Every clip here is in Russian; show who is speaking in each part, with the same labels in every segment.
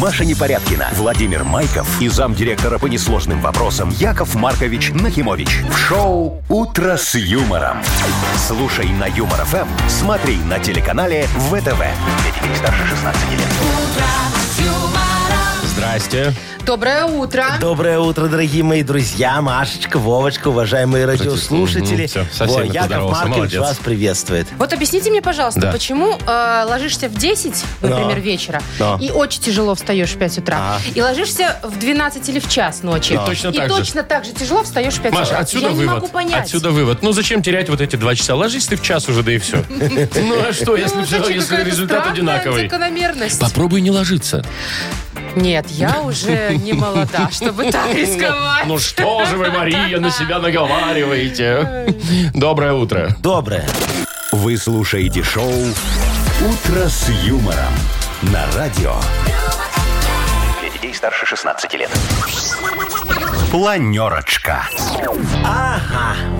Speaker 1: Маша Непорядкина, Владимир Майков и замдиректора по несложным вопросам Яков Маркович Нахимович. В шоу «Утро с юмором». Слушай на Юмор ФМ, смотри на телеканале ВТВ. Для детей старше 16 лет.
Speaker 2: Здрасте.
Speaker 3: Доброе утро.
Speaker 4: Доброе утро, дорогие мои друзья, Машечка, Вовочка, уважаемые радиослушатели.
Speaker 2: Мгм, всё, совсем
Speaker 4: Во, Яков
Speaker 2: поздоровался,
Speaker 4: Маркович
Speaker 2: молодец.
Speaker 4: вас приветствует.
Speaker 3: Вот объясните мне, пожалуйста,
Speaker 2: Да.
Speaker 3: почему э, ложишься в 10, например,
Speaker 4: Да.
Speaker 3: вечера,
Speaker 4: Да.
Speaker 3: и очень тяжело встаешь в 5 утра,
Speaker 4: Да.
Speaker 3: и ложишься в 12 или в час ночи.
Speaker 2: И А. точно так же.
Speaker 3: точно так же тяжело встаешь в 5
Speaker 2: Маша,
Speaker 3: утра.
Speaker 2: отсюда
Speaker 3: Я
Speaker 2: вывод.
Speaker 3: не могу понять.
Speaker 2: Отсюда вывод. Ну зачем терять вот эти два часа? Ложись ты в час уже, да и все. Ну а что,
Speaker 3: Ну,
Speaker 2: если
Speaker 3: вот
Speaker 2: всё,
Speaker 3: очень
Speaker 2: если
Speaker 3: какая-то
Speaker 2: результат
Speaker 3: странная
Speaker 2: одинаковый?
Speaker 3: закономерность.
Speaker 2: Попробуй не ложиться.
Speaker 3: Нет, я уже не молода, чтобы так рисковать.
Speaker 2: Ну что же вы, Мария, на себя наговариваете? Доброе утро.
Speaker 4: Доброе.
Speaker 1: Вы слушаете шоу «Утро с юмором» на радио. Для детей старше 16 лет. Планерочка.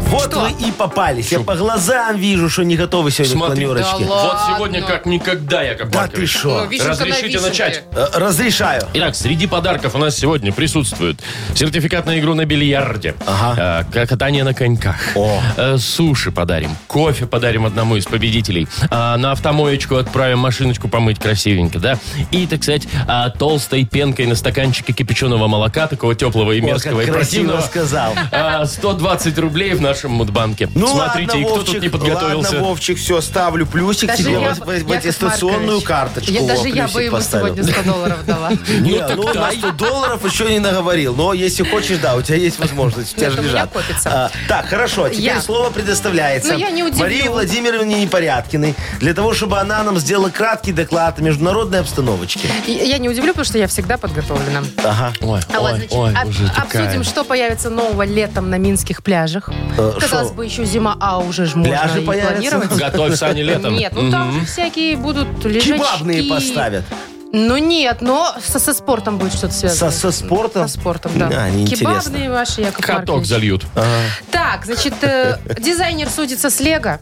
Speaker 4: Вот
Speaker 3: Что?
Speaker 4: вы и попались. Я по глазам вижу, что не готовы сегодня к
Speaker 2: Смотри,
Speaker 4: планерочке.
Speaker 3: Да ладно.
Speaker 2: Вот сегодня как никогда, Яков
Speaker 4: Да ты
Speaker 2: Маркович.
Speaker 4: что?
Speaker 3: вишенка на
Speaker 2: Разрешите
Speaker 3: вишенке.
Speaker 2: начать?
Speaker 4: Э, Разрешаю.
Speaker 2: Итак, среди подарков у нас сегодня присутствует сертификат на игру на бильярде,
Speaker 4: Ага.
Speaker 2: э, катание на коньках,
Speaker 4: О.
Speaker 2: э, суши подарим, кофе подарим одному из победителей, а, на автомоечку отправим машиночку помыть красивенько, да, и, так сказать, а, толстой пенкой на стаканчике кипяченого молока, такого теплого и
Speaker 4: О,
Speaker 2: мерзкого
Speaker 4: как
Speaker 2: и
Speaker 4: красиво
Speaker 2: противного,
Speaker 4: сказал.
Speaker 2: а, 120 рублей в нашем мудбанке.
Speaker 4: Ну
Speaker 2: Смотрите,
Speaker 4: ладно,
Speaker 2: и кто
Speaker 4: Вовчик,
Speaker 2: тут не подготовился.
Speaker 4: Ладно, Вовчик, все, ставлю плюсик
Speaker 3: Даже
Speaker 4: тебе
Speaker 3: я
Speaker 4: в,
Speaker 3: бы-
Speaker 4: в- в
Speaker 3: Яков
Speaker 4: аттестационную
Speaker 3: Маркович,
Speaker 4: карточку.
Speaker 3: Я,
Speaker 4: Во,
Speaker 3: даже я
Speaker 4: плюсик
Speaker 3: бы ему
Speaker 4: поставил.
Speaker 3: сегодня 100 долларов дала.
Speaker 4: Не,
Speaker 2: Ну так
Speaker 4: ну на
Speaker 2: дай.
Speaker 4: 100 долларов еще не наговорил. Но если хочешь, да, у тебя есть возможность, у тебя
Speaker 3: Нет,
Speaker 4: же
Speaker 3: у меня
Speaker 4: лежат.
Speaker 3: копится.
Speaker 4: А, Так, хорошо, теперь
Speaker 3: Я.
Speaker 4: слово предоставляется.
Speaker 3: Ну, я не удивлю.
Speaker 4: Марии Владимировне Непорядкиной для того, чтобы она нам сделала краткий доклад о международной обстановочке.
Speaker 3: И Я не удивлю, потому что я всегда подготовлена.
Speaker 4: Ага.
Speaker 2: Ой,
Speaker 3: А вот,
Speaker 2: ой,
Speaker 3: значит,
Speaker 2: ой,
Speaker 3: об-
Speaker 2: уже такая.
Speaker 3: обсудим, что появится нового летом на минских пляжах.
Speaker 4: Э,
Speaker 3: Казалось
Speaker 4: шо?
Speaker 3: бы, еще зима, а уже ж можно
Speaker 4: Пляжи
Speaker 3: и
Speaker 4: появятся?
Speaker 3: планировать.
Speaker 2: Готовь, Саня, летом.
Speaker 3: Нет, ну там же всякие будут лежачки.
Speaker 4: Кебабные поставят.
Speaker 3: Ну нет, но со, со спортом будет что-то
Speaker 4: Со,
Speaker 3: связано.
Speaker 4: со спортом?
Speaker 3: Со спортом, да.
Speaker 4: Да, неинтересно.
Speaker 3: Кебабные ваши, Яков
Speaker 2: Каток
Speaker 3: Маркович.
Speaker 2: зальют.
Speaker 4: А
Speaker 3: Так, значит, э, дизайнер судится с Лего.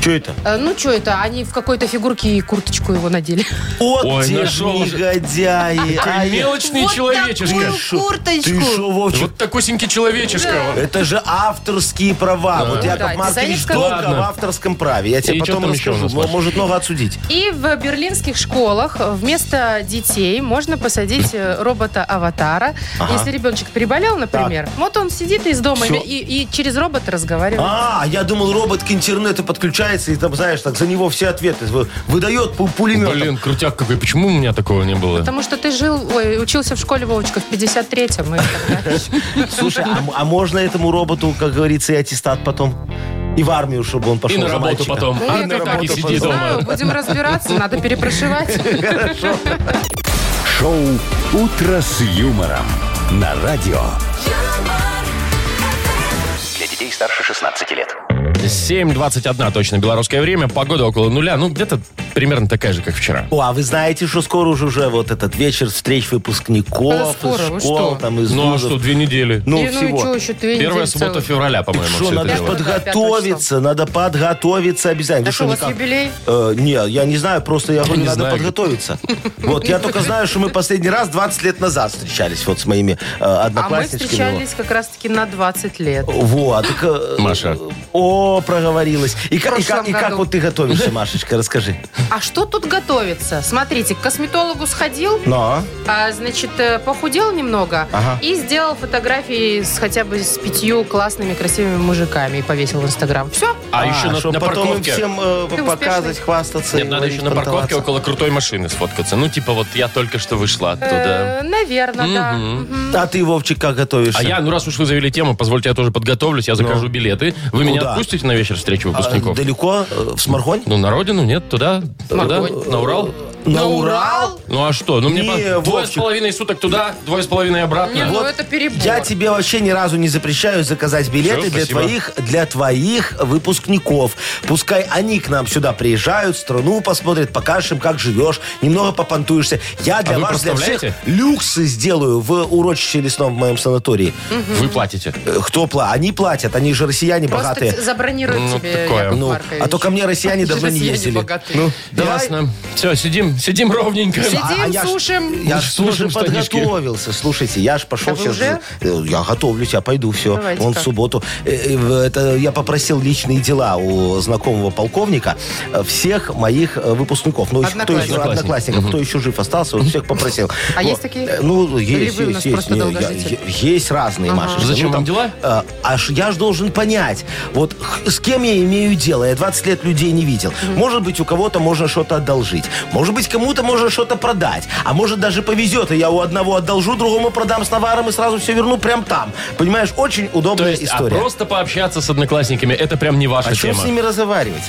Speaker 4: Что это?
Speaker 3: Э, ну что это, они в какой-то фигурке и курточку его надели.
Speaker 4: От
Speaker 2: Ой,
Speaker 4: те ж
Speaker 2: нашел уже. А
Speaker 4: негодяи. Ай,
Speaker 2: Мелочный
Speaker 3: Вот
Speaker 2: человечишка.
Speaker 3: такую курточку.
Speaker 4: Ты что, Вовчик?
Speaker 2: Вот такусенький человечишка. вот.
Speaker 4: Это же авторские права. Вот Яков
Speaker 3: Да,
Speaker 4: Маркович
Speaker 3: дизайнерская-
Speaker 4: долго
Speaker 2: Ладно.
Speaker 4: в авторском праве. Я тебе
Speaker 2: И чё
Speaker 4: потом
Speaker 2: там еще у
Speaker 4: расскажу.
Speaker 2: нас, Маша?
Speaker 4: Может много отсудить.
Speaker 3: И в берлинских школах вместо детей можно посадить э, робота-аватара. Если ребеночек приболел, например, вот он сидит из дома
Speaker 4: Всё.
Speaker 3: и, и через робота разговаривает.
Speaker 4: А, я думал, робот к интернету подключается и там, знаешь, так за него все ответы вы- выдает пулемет.
Speaker 2: Блин, крутяк какой. Почему у меня такого не было?
Speaker 3: Потому что ты жил, ой, учился в школе, Вовочка, в 53-м. и тогда.
Speaker 4: Слушай, а, м- а можно этому роботу, как говорится, и аттестат потом? И в армию, чтобы он пошел
Speaker 2: И на
Speaker 4: за
Speaker 2: работу
Speaker 4: мальчика.
Speaker 2: потом.
Speaker 3: Ну,
Speaker 2: А
Speaker 3: я
Speaker 2: на
Speaker 3: как-то
Speaker 2: так и
Speaker 3: не
Speaker 2: сиди
Speaker 3: знаю,
Speaker 2: дома.
Speaker 3: Будем разбираться, надо перепрошивать.
Speaker 1: Шоу «Утро с юмором» на радио. Для детей старше 16 лет.
Speaker 2: 7.21 точно белорусское время. Погода около нуля. Ну, где-то примерно такая же, как вчера.
Speaker 4: О, а вы знаете, что скоро уже, уже вот этот вечер встреч
Speaker 3: Да
Speaker 4: выпускников
Speaker 3: скоро,
Speaker 4: из
Speaker 3: вы
Speaker 4: школ,
Speaker 3: что?
Speaker 4: там из
Speaker 2: Ну, а
Speaker 4: вузов.
Speaker 2: что, две недели?
Speaker 4: Ну,
Speaker 3: И ну и
Speaker 4: всего.
Speaker 3: что еще, две недели
Speaker 2: Первая суббота
Speaker 3: целых.
Speaker 2: февраля, по-моему,
Speaker 4: Что,
Speaker 2: все это
Speaker 4: надо
Speaker 3: дело.
Speaker 2: дело.
Speaker 3: под-
Speaker 4: подготовиться, надо подготовиться обязательно.
Speaker 3: Да
Speaker 4: Вы
Speaker 3: что, а у вас
Speaker 4: никак?
Speaker 3: юбилей?
Speaker 4: Э, не, я не знаю, просто я говорю,
Speaker 2: не
Speaker 4: надо
Speaker 2: знаю.
Speaker 4: подготовиться. Вот, я только знаю, что мы последний раз 20 лет назад встречались вот с моими э,
Speaker 3: А мы
Speaker 4: одноклассничками.
Speaker 3: встречались как раз-таки на 20 лет.
Speaker 4: Вот. так, э,
Speaker 2: Маша.
Speaker 4: О, проговорилась. И, как- и как,
Speaker 3: прошлом
Speaker 4: и как
Speaker 3: году.
Speaker 4: вот ты готовишься, Машечка, расскажи.
Speaker 3: А что тут готовится? Смотрите, к косметологу сходил,
Speaker 4: Но.
Speaker 3: а, значит, э, похудел немного
Speaker 4: Ага.
Speaker 3: и сделал фотографии с хотя бы с пятью классными красивыми мужиками и повесил в Инстаграм. Все?
Speaker 2: А, еще на,
Speaker 4: чтоб
Speaker 2: на
Speaker 4: потом им
Speaker 2: парковке.
Speaker 4: всем э,
Speaker 3: Ты
Speaker 4: показывать,
Speaker 3: успешный.
Speaker 4: хвастаться.
Speaker 2: Нет,
Speaker 4: и
Speaker 2: надо
Speaker 4: говорить,
Speaker 2: еще на парковке
Speaker 4: понтоваться.
Speaker 2: около крутой машины сфоткаться. Ну, типа вот я только что вышла
Speaker 3: Э,
Speaker 2: оттуда.
Speaker 3: наверное, да. Мгм.
Speaker 4: А ты, Вовчик, как готовишься?
Speaker 2: А я, ну раз уж вы завели тему, позвольте, я тоже подготовлюсь, я закажу билеты. Вы меня
Speaker 4: Куда?
Speaker 2: отпустите на вечер встречи
Speaker 4: Ну. А,
Speaker 2: выпускников?
Speaker 4: далеко? Э, В Сморгонь?
Speaker 2: Ну, на родину, нет, туда, туда, на Урал.
Speaker 4: На Урал?
Speaker 2: Ну а что? Ну мне
Speaker 4: Не,
Speaker 2: по- двое с
Speaker 4: Вовчик.
Speaker 2: половиной суток туда, двое с половиной
Speaker 3: Не,
Speaker 2: обратно.
Speaker 3: ну это перебор.
Speaker 4: Я тебе вообще ни разу не запрещаю заказать билеты
Speaker 2: Всё,
Speaker 4: для
Speaker 2: спасибо.
Speaker 4: твоих для твоих выпускников. Пускай они к нам сюда приезжают, страну посмотрят, покажешь им, как живешь, немного попонтуешься. Я для
Speaker 2: вы
Speaker 4: вас, для всех
Speaker 2: проставляете?
Speaker 4: люксы сделаю в урочище лесном в моем санатории.
Speaker 2: Вы платите.
Speaker 4: Э, Кто платит? Они платят, они же россияне
Speaker 3: Просто
Speaker 4: богатые.
Speaker 3: т- забронируют
Speaker 2: Ну,
Speaker 3: тебе,
Speaker 2: такое.
Speaker 3: Яков
Speaker 4: Ну,
Speaker 3: Маркович.
Speaker 4: а то ко мне россияне давно не
Speaker 3: Россияне
Speaker 4: ездили.
Speaker 3: богатые.
Speaker 4: Ну,
Speaker 2: Да
Speaker 4: давай.
Speaker 2: ладно. Все, сидим, Сидим ровненько.
Speaker 4: А- а
Speaker 3: Сидим,
Speaker 4: я ж-
Speaker 3: сушим.
Speaker 4: Я ж
Speaker 2: Слушаем
Speaker 4: тоже
Speaker 2: штанишки.
Speaker 4: подготовился. Слушайте, я ж
Speaker 3: А
Speaker 4: пошел
Speaker 3: вы
Speaker 4: сейчас.
Speaker 3: уже?
Speaker 4: Я готовлюсь, я пойду, все.
Speaker 3: Давайте,
Speaker 4: Он
Speaker 3: как?
Speaker 4: в субботу. Э, э, в- Это я попросил личные дела у знакомого полковника э, всех моих э, выпускников. Ну, еще- кто еще
Speaker 3: Одноклассников.
Speaker 4: одноклассников, кто еще жив остался, вот всех попросил.
Speaker 3: А
Speaker 4: Вот.
Speaker 3: есть такие?
Speaker 4: Э, Ну,
Speaker 3: Или
Speaker 4: есть,
Speaker 3: вы у нас
Speaker 4: есть, есть.
Speaker 3: просто
Speaker 4: Не, я-
Speaker 3: долгожитель?
Speaker 4: я- Есть разные, Машечка.
Speaker 2: Зачем
Speaker 4: Ну,
Speaker 2: вам
Speaker 4: там,
Speaker 2: дела?
Speaker 4: э, Аж я ж должен понять, вот х- с кем я имею дело. Я 20 лет людей не видел. Может быть, у кого-то можно что-то одолжить. Может быть, кому-то можно что-то продать. А может, даже повезет, и я у одного одолжу, другому продам с наваром и сразу все верну прям там. Понимаешь, очень
Speaker 2: То
Speaker 4: удобная
Speaker 2: есть, а
Speaker 4: история.
Speaker 2: просто пообщаться с одноклассниками, это прям не ваша
Speaker 4: О чем
Speaker 2: тема.
Speaker 4: с ними разговаривать?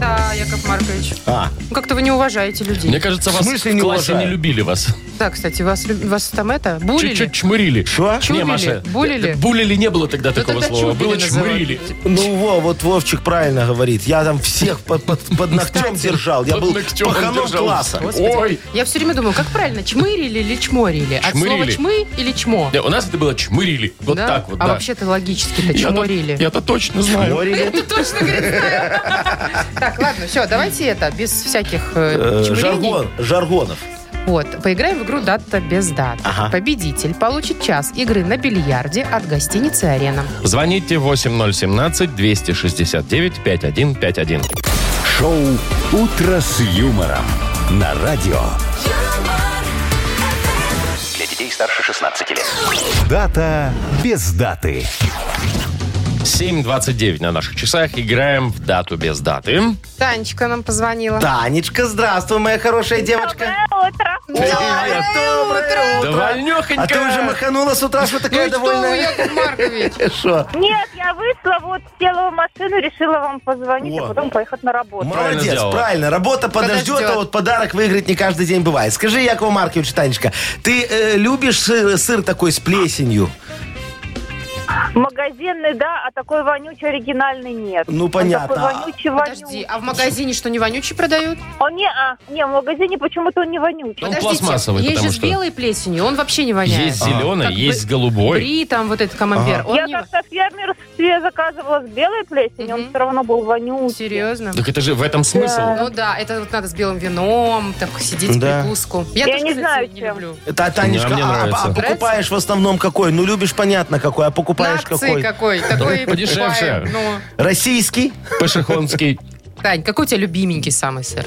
Speaker 3: Да, Яков Маркович.
Speaker 4: А,
Speaker 3: Ну, Как-то вы не уважаете людей.
Speaker 2: Мне кажется,
Speaker 4: В
Speaker 2: вас
Speaker 4: смысле
Speaker 2: в
Speaker 4: не
Speaker 2: классе не
Speaker 4: уважаю?
Speaker 2: любили вас.
Speaker 3: Да, кстати, вас, лю- вас там это, булили?
Speaker 2: Чуть-чуть чмырили.
Speaker 4: чё?
Speaker 3: Чё?
Speaker 2: Не, Маша,
Speaker 3: Булили?
Speaker 2: Булили не было тогда такого
Speaker 3: тогда
Speaker 2: слова.
Speaker 3: чурбили
Speaker 2: Было
Speaker 3: называли.
Speaker 2: чмырили.
Speaker 4: Ну, во, вот Вовчик правильно говорит. Я там всех под, под- под ногтем держал. Я
Speaker 2: под
Speaker 4: был
Speaker 2: ногтём он
Speaker 4: паханом
Speaker 2: держал.
Speaker 4: класса.
Speaker 3: Господи,
Speaker 2: Ой.
Speaker 3: Я все время думаю, как правильно, чмырили или чморили? От слова
Speaker 2: Чмырили.
Speaker 3: чмы или чмо?
Speaker 2: Не, у нас это было чмырили. Вот
Speaker 3: Да?
Speaker 2: так вот,
Speaker 3: А
Speaker 2: да.
Speaker 3: вообще-то логически-то
Speaker 2: Я-то-
Speaker 3: чморили.
Speaker 2: Я-то точно знаю.
Speaker 4: Море
Speaker 3: Это точно говорит, знаю. Так, ладно, все, давайте это, без всяких э,
Speaker 4: Э,
Speaker 3: чмырений.
Speaker 4: Жаргон, жаргонов.
Speaker 3: Вот, поиграем в игру «Дата без даты».
Speaker 4: Ага.
Speaker 3: Победитель получит час игры на бильярде от гостиницы «Арена».
Speaker 2: Звоните 8017-269-5151.
Speaker 1: Шоу «Утро с юмором» на радио.
Speaker 5: Для детей старше 16 лет.
Speaker 1: Дата без даты.
Speaker 2: 7.29 на наших часах. Играем в дату без даты.
Speaker 3: Танечка нам позвонила.
Speaker 4: Танечка, здравствуй, моя хорошая девочка.
Speaker 6: Доброе утро.
Speaker 4: Привет, доброе утро.
Speaker 2: Довольнёхонько.
Speaker 4: А ты уже маханула с утра, что
Speaker 3: Ну
Speaker 4: такая
Speaker 3: и что вы,
Speaker 4: довольная?
Speaker 3: Яков Маркович?
Speaker 4: Что?
Speaker 6: Нет, я вышла, вот села в машину, решила вам позвонить,
Speaker 4: Во.
Speaker 6: а потом поехать на работу.
Speaker 2: Правильно
Speaker 4: Молодец,
Speaker 2: сделала.
Speaker 4: правильно. Работа подождет,
Speaker 3: Подождет.
Speaker 4: а вот подарок выиграть не каждый день бывает. Скажи, Якова Маркович, Танечка, ты э, любишь сыр, сыр такой с плесенью?
Speaker 6: Магазинный, да, а такой вонючий оригинальный нет.
Speaker 4: Ну,
Speaker 6: Он
Speaker 4: понятно.
Speaker 6: такой вонючий,
Speaker 3: Подожди,
Speaker 6: вонючий.
Speaker 3: а в магазине что, не вонючий продают?
Speaker 6: Он не, а, не, в магазине почему-то он не вонючий.
Speaker 2: Ну,
Speaker 3: Подождите,
Speaker 2: пластмассовый,
Speaker 3: есть
Speaker 2: потому
Speaker 3: же
Speaker 2: что-
Speaker 3: с белой плесенью, он вообще не воняет.
Speaker 2: Есть зеленый,
Speaker 3: Как бы
Speaker 2: есть голубой.
Speaker 3: Бри, там вот этот камамбер. Он
Speaker 6: я
Speaker 3: не...
Speaker 6: как-то в фермерстве заказывала с белой плесенью,
Speaker 3: Мгм.
Speaker 6: он все равно был вонючий.
Speaker 3: Серьезно?
Speaker 2: Так это же в этом смысл.
Speaker 6: Да.
Speaker 3: Ну да, это вот надо с белым вином, так сидеть
Speaker 4: Да.
Speaker 3: прикуску. Я,
Speaker 6: Я
Speaker 3: тоже,
Speaker 6: не
Speaker 3: кстати,
Speaker 6: знаю,
Speaker 3: не
Speaker 6: чем.
Speaker 3: люблю.
Speaker 4: Это, а, Танечка,
Speaker 2: Не, а мне
Speaker 4: а- а- а
Speaker 2: нравится.
Speaker 4: покупаешь в основном какой? Ну, любишь, понятно, какой, а
Speaker 3: На
Speaker 4: покупаешь
Speaker 3: акции
Speaker 4: какой?
Speaker 3: какой, такой и
Speaker 2: подешевше.
Speaker 3: покупаем. Ну,
Speaker 4: Российский?
Speaker 2: Пашихонский.
Speaker 3: Тань, какой у тебя любименький самый сыр?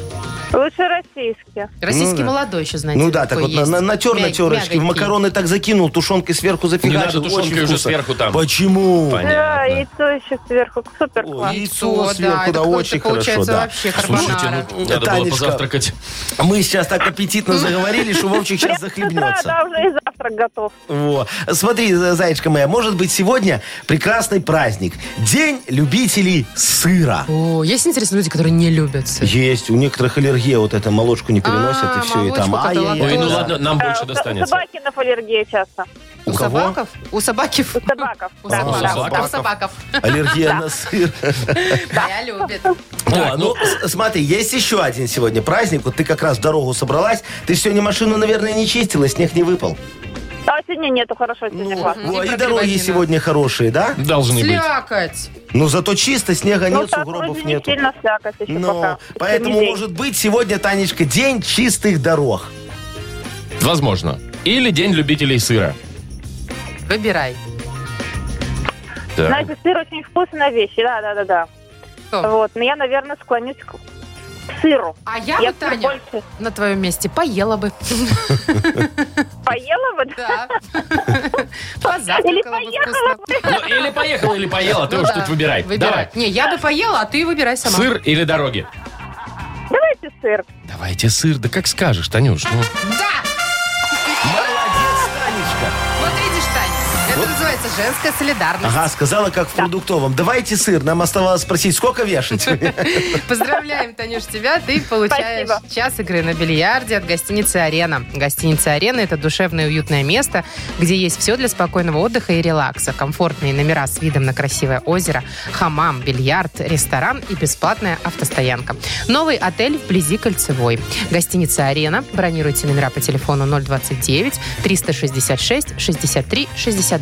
Speaker 6: Лучше российский.
Speaker 3: Российский
Speaker 4: да.
Speaker 3: молодой еще, знаете.
Speaker 4: Ну да, так
Speaker 3: такой
Speaker 4: вот на-
Speaker 3: есть.
Speaker 4: на- натер
Speaker 3: Мя-
Speaker 4: на терочке, в
Speaker 3: мягонький.
Speaker 4: макароны так закинул, тушенкой сверху зафигачил.
Speaker 2: надо тушенкой
Speaker 4: очень
Speaker 2: уже
Speaker 4: вкусно.
Speaker 2: сверху там.
Speaker 4: Почему?
Speaker 2: Понятно.
Speaker 6: Да, яйцо еще сверху, супер
Speaker 4: Ой,
Speaker 6: класс.
Speaker 4: Яйцо
Speaker 3: Яйцо, да,
Speaker 4: сверху,
Speaker 3: это
Speaker 4: да,
Speaker 3: какой-то
Speaker 4: очень хорошо,
Speaker 3: получается
Speaker 4: да.
Speaker 3: вообще
Speaker 2: Слушайте,
Speaker 3: карбонара.
Speaker 2: ну, надо было
Speaker 4: Танечка.
Speaker 2: позавтракать.
Speaker 4: Мы сейчас так аппетитно заговорили, что Вовчик сейчас
Speaker 6: Да,
Speaker 4: захлебнется.
Speaker 6: да, уже и завтрак готов.
Speaker 4: Во. Смотри, за- зайчка моя, может быть, сегодня прекрасный праздник. День любителей сыра.
Speaker 3: О, есть, интересно, люди, которые не любят сыр?
Speaker 4: Есть, у некоторых аллергия, вот это молочку не переносят,
Speaker 3: А,
Speaker 4: и все, и там.
Speaker 3: молочку
Speaker 4: ай-яй-яй.
Speaker 3: каталог.
Speaker 2: Ой, ну
Speaker 3: Да.
Speaker 2: ладно, нам больше
Speaker 6: А, у
Speaker 2: достанется.
Speaker 6: собакинов аллергия часто.
Speaker 4: У кого? А,
Speaker 3: собаков? У собаки?
Speaker 6: У собаков.
Speaker 3: У
Speaker 6: да,
Speaker 3: собаков.
Speaker 6: да.
Speaker 2: собак.
Speaker 3: Да, у собаков.
Speaker 4: Аллергия на сыр.
Speaker 3: Я любит.
Speaker 4: О, ну, с- смотри, есть еще один сегодня праздник. Вот ты как раз в дорогу собралась. Ты сегодня машину, наверное, не чистила, снег не выпал.
Speaker 6: А сегодня нету, хорошо, сегодня
Speaker 4: Ну,
Speaker 6: классно.
Speaker 4: во,
Speaker 3: И
Speaker 4: и дороги
Speaker 3: проклеванина.
Speaker 4: сегодня хорошие, да?
Speaker 2: Должны быть.
Speaker 3: Слякоть.
Speaker 4: Ну, зато чисто, снега
Speaker 6: Ну,
Speaker 4: нет,
Speaker 6: так
Speaker 4: сугробов
Speaker 6: вроде
Speaker 4: нет.
Speaker 6: не сильно слякоть еще
Speaker 3: типа
Speaker 4: Но,
Speaker 6: пока.
Speaker 4: Ну, поэтому,
Speaker 6: Семь дней.
Speaker 4: может быть, сегодня, Танечка, день чистых дорог.
Speaker 2: Возможно. Или День любителей сыра.
Speaker 3: Выбирай.
Speaker 2: Так.
Speaker 6: Знаете, сыр очень вкусная вещь, да-да-да-да.
Speaker 3: Кто?
Speaker 6: Вот, но я, наверное, склонюсь к сыру.
Speaker 3: А я,
Speaker 6: я
Speaker 3: бы,
Speaker 6: сыр
Speaker 3: Таня,
Speaker 6: больше
Speaker 3: на твоем месте поела бы.
Speaker 6: поела бы, да?
Speaker 3: Да. Позавтракала бы вкусно.
Speaker 2: Ну, или поехала, или поела, ты
Speaker 3: Ну
Speaker 2: уж
Speaker 3: да,
Speaker 2: тут выбирай. Давай.
Speaker 3: Не, я бы поела, а ты выбирай сама.
Speaker 2: Сыр или дороги?
Speaker 6: Давайте сыр.
Speaker 2: Давайте сыр, да как скажешь, Танюш. ну.
Speaker 3: Да!
Speaker 4: Молодец, Танечка.
Speaker 3: Вот видишь, Тань, это называется женская солидарность.
Speaker 4: Ага, сказала, как в продуктовом. Давайте сыр. Нам оставалось спросить, сколько вешать?
Speaker 3: Поздравляем, Танюш, тебя. Ты получаешь
Speaker 6: Спасибо.
Speaker 3: час игры на бильярде от гостиницы «Арена». Гостиница «Арена» — это душевное и уютное место, где есть все для спокойного отдыха и релакса. Комфортные номера с видом на красивое озеро, хамам, бильярд, ресторан и бесплатная автостоянка. Новый отель вблизи Кольцевой. Гостиница «Арена». Бронируйте номера по телефону 029 366 63 62.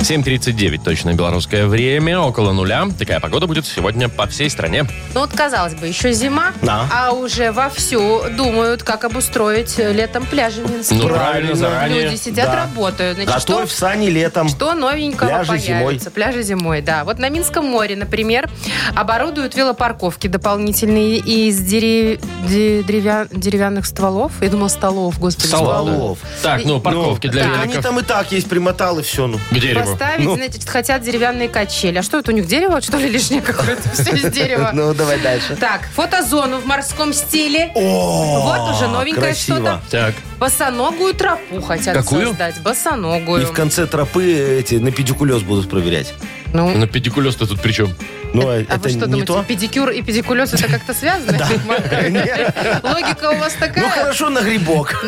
Speaker 2: 7.39 точно белорусское время, около нуля. Такая погода будет сегодня по всей стране.
Speaker 3: Ну вот, казалось бы, еще зима,
Speaker 4: Да.
Speaker 3: а уже вовсю думают, как обустроить э, летом пляжи минские.
Speaker 2: Ну, правильно, заранее.
Speaker 3: Люди сидят,
Speaker 4: Да.
Speaker 3: работают. Значит,
Speaker 4: Готовь
Speaker 3: что-
Speaker 4: сани летом. Ну,
Speaker 3: Что новенького
Speaker 4: Пляжи
Speaker 3: появится? Пляжи зимой, да. Вот на Минском море, например, оборудуют велопарковки дополнительные из дерев- де- древя- деревянных стволов. Я думала, столов, господи,
Speaker 2: Столов,
Speaker 3: стволов.
Speaker 4: Олов.
Speaker 2: Так, ну, парковки для
Speaker 3: так,
Speaker 4: Они
Speaker 2: великов.
Speaker 4: там и так есть, примотал и все. Ну.
Speaker 2: К дереву.
Speaker 3: Поставить,
Speaker 4: Ну.
Speaker 3: значит, хотят деревянные качели. А что это у них дерево, что ли, лишнее какое-то? Все из дерева.
Speaker 4: Ну, давай дальше.
Speaker 3: Так, фотозону в морском стиле.
Speaker 4: О,
Speaker 3: Вот уже новенькое
Speaker 4: красиво.
Speaker 3: что-то.
Speaker 2: Так,
Speaker 3: Босоногую тропу хотят
Speaker 2: Какую?
Speaker 3: создать.
Speaker 4: И
Speaker 3: Босоногую.
Speaker 4: в конце тропы эти на педикулез будут проверять.
Speaker 3: Ну,
Speaker 2: на педикулез-то тут при чем?
Speaker 4: Ну, а
Speaker 3: а
Speaker 4: это
Speaker 3: вы что
Speaker 4: не
Speaker 3: думаете,
Speaker 4: то?
Speaker 3: педикюр и педикулез это как-то связано? Логика у вас
Speaker 4: Ну,
Speaker 3: такая.
Speaker 4: хорошо, на грибок.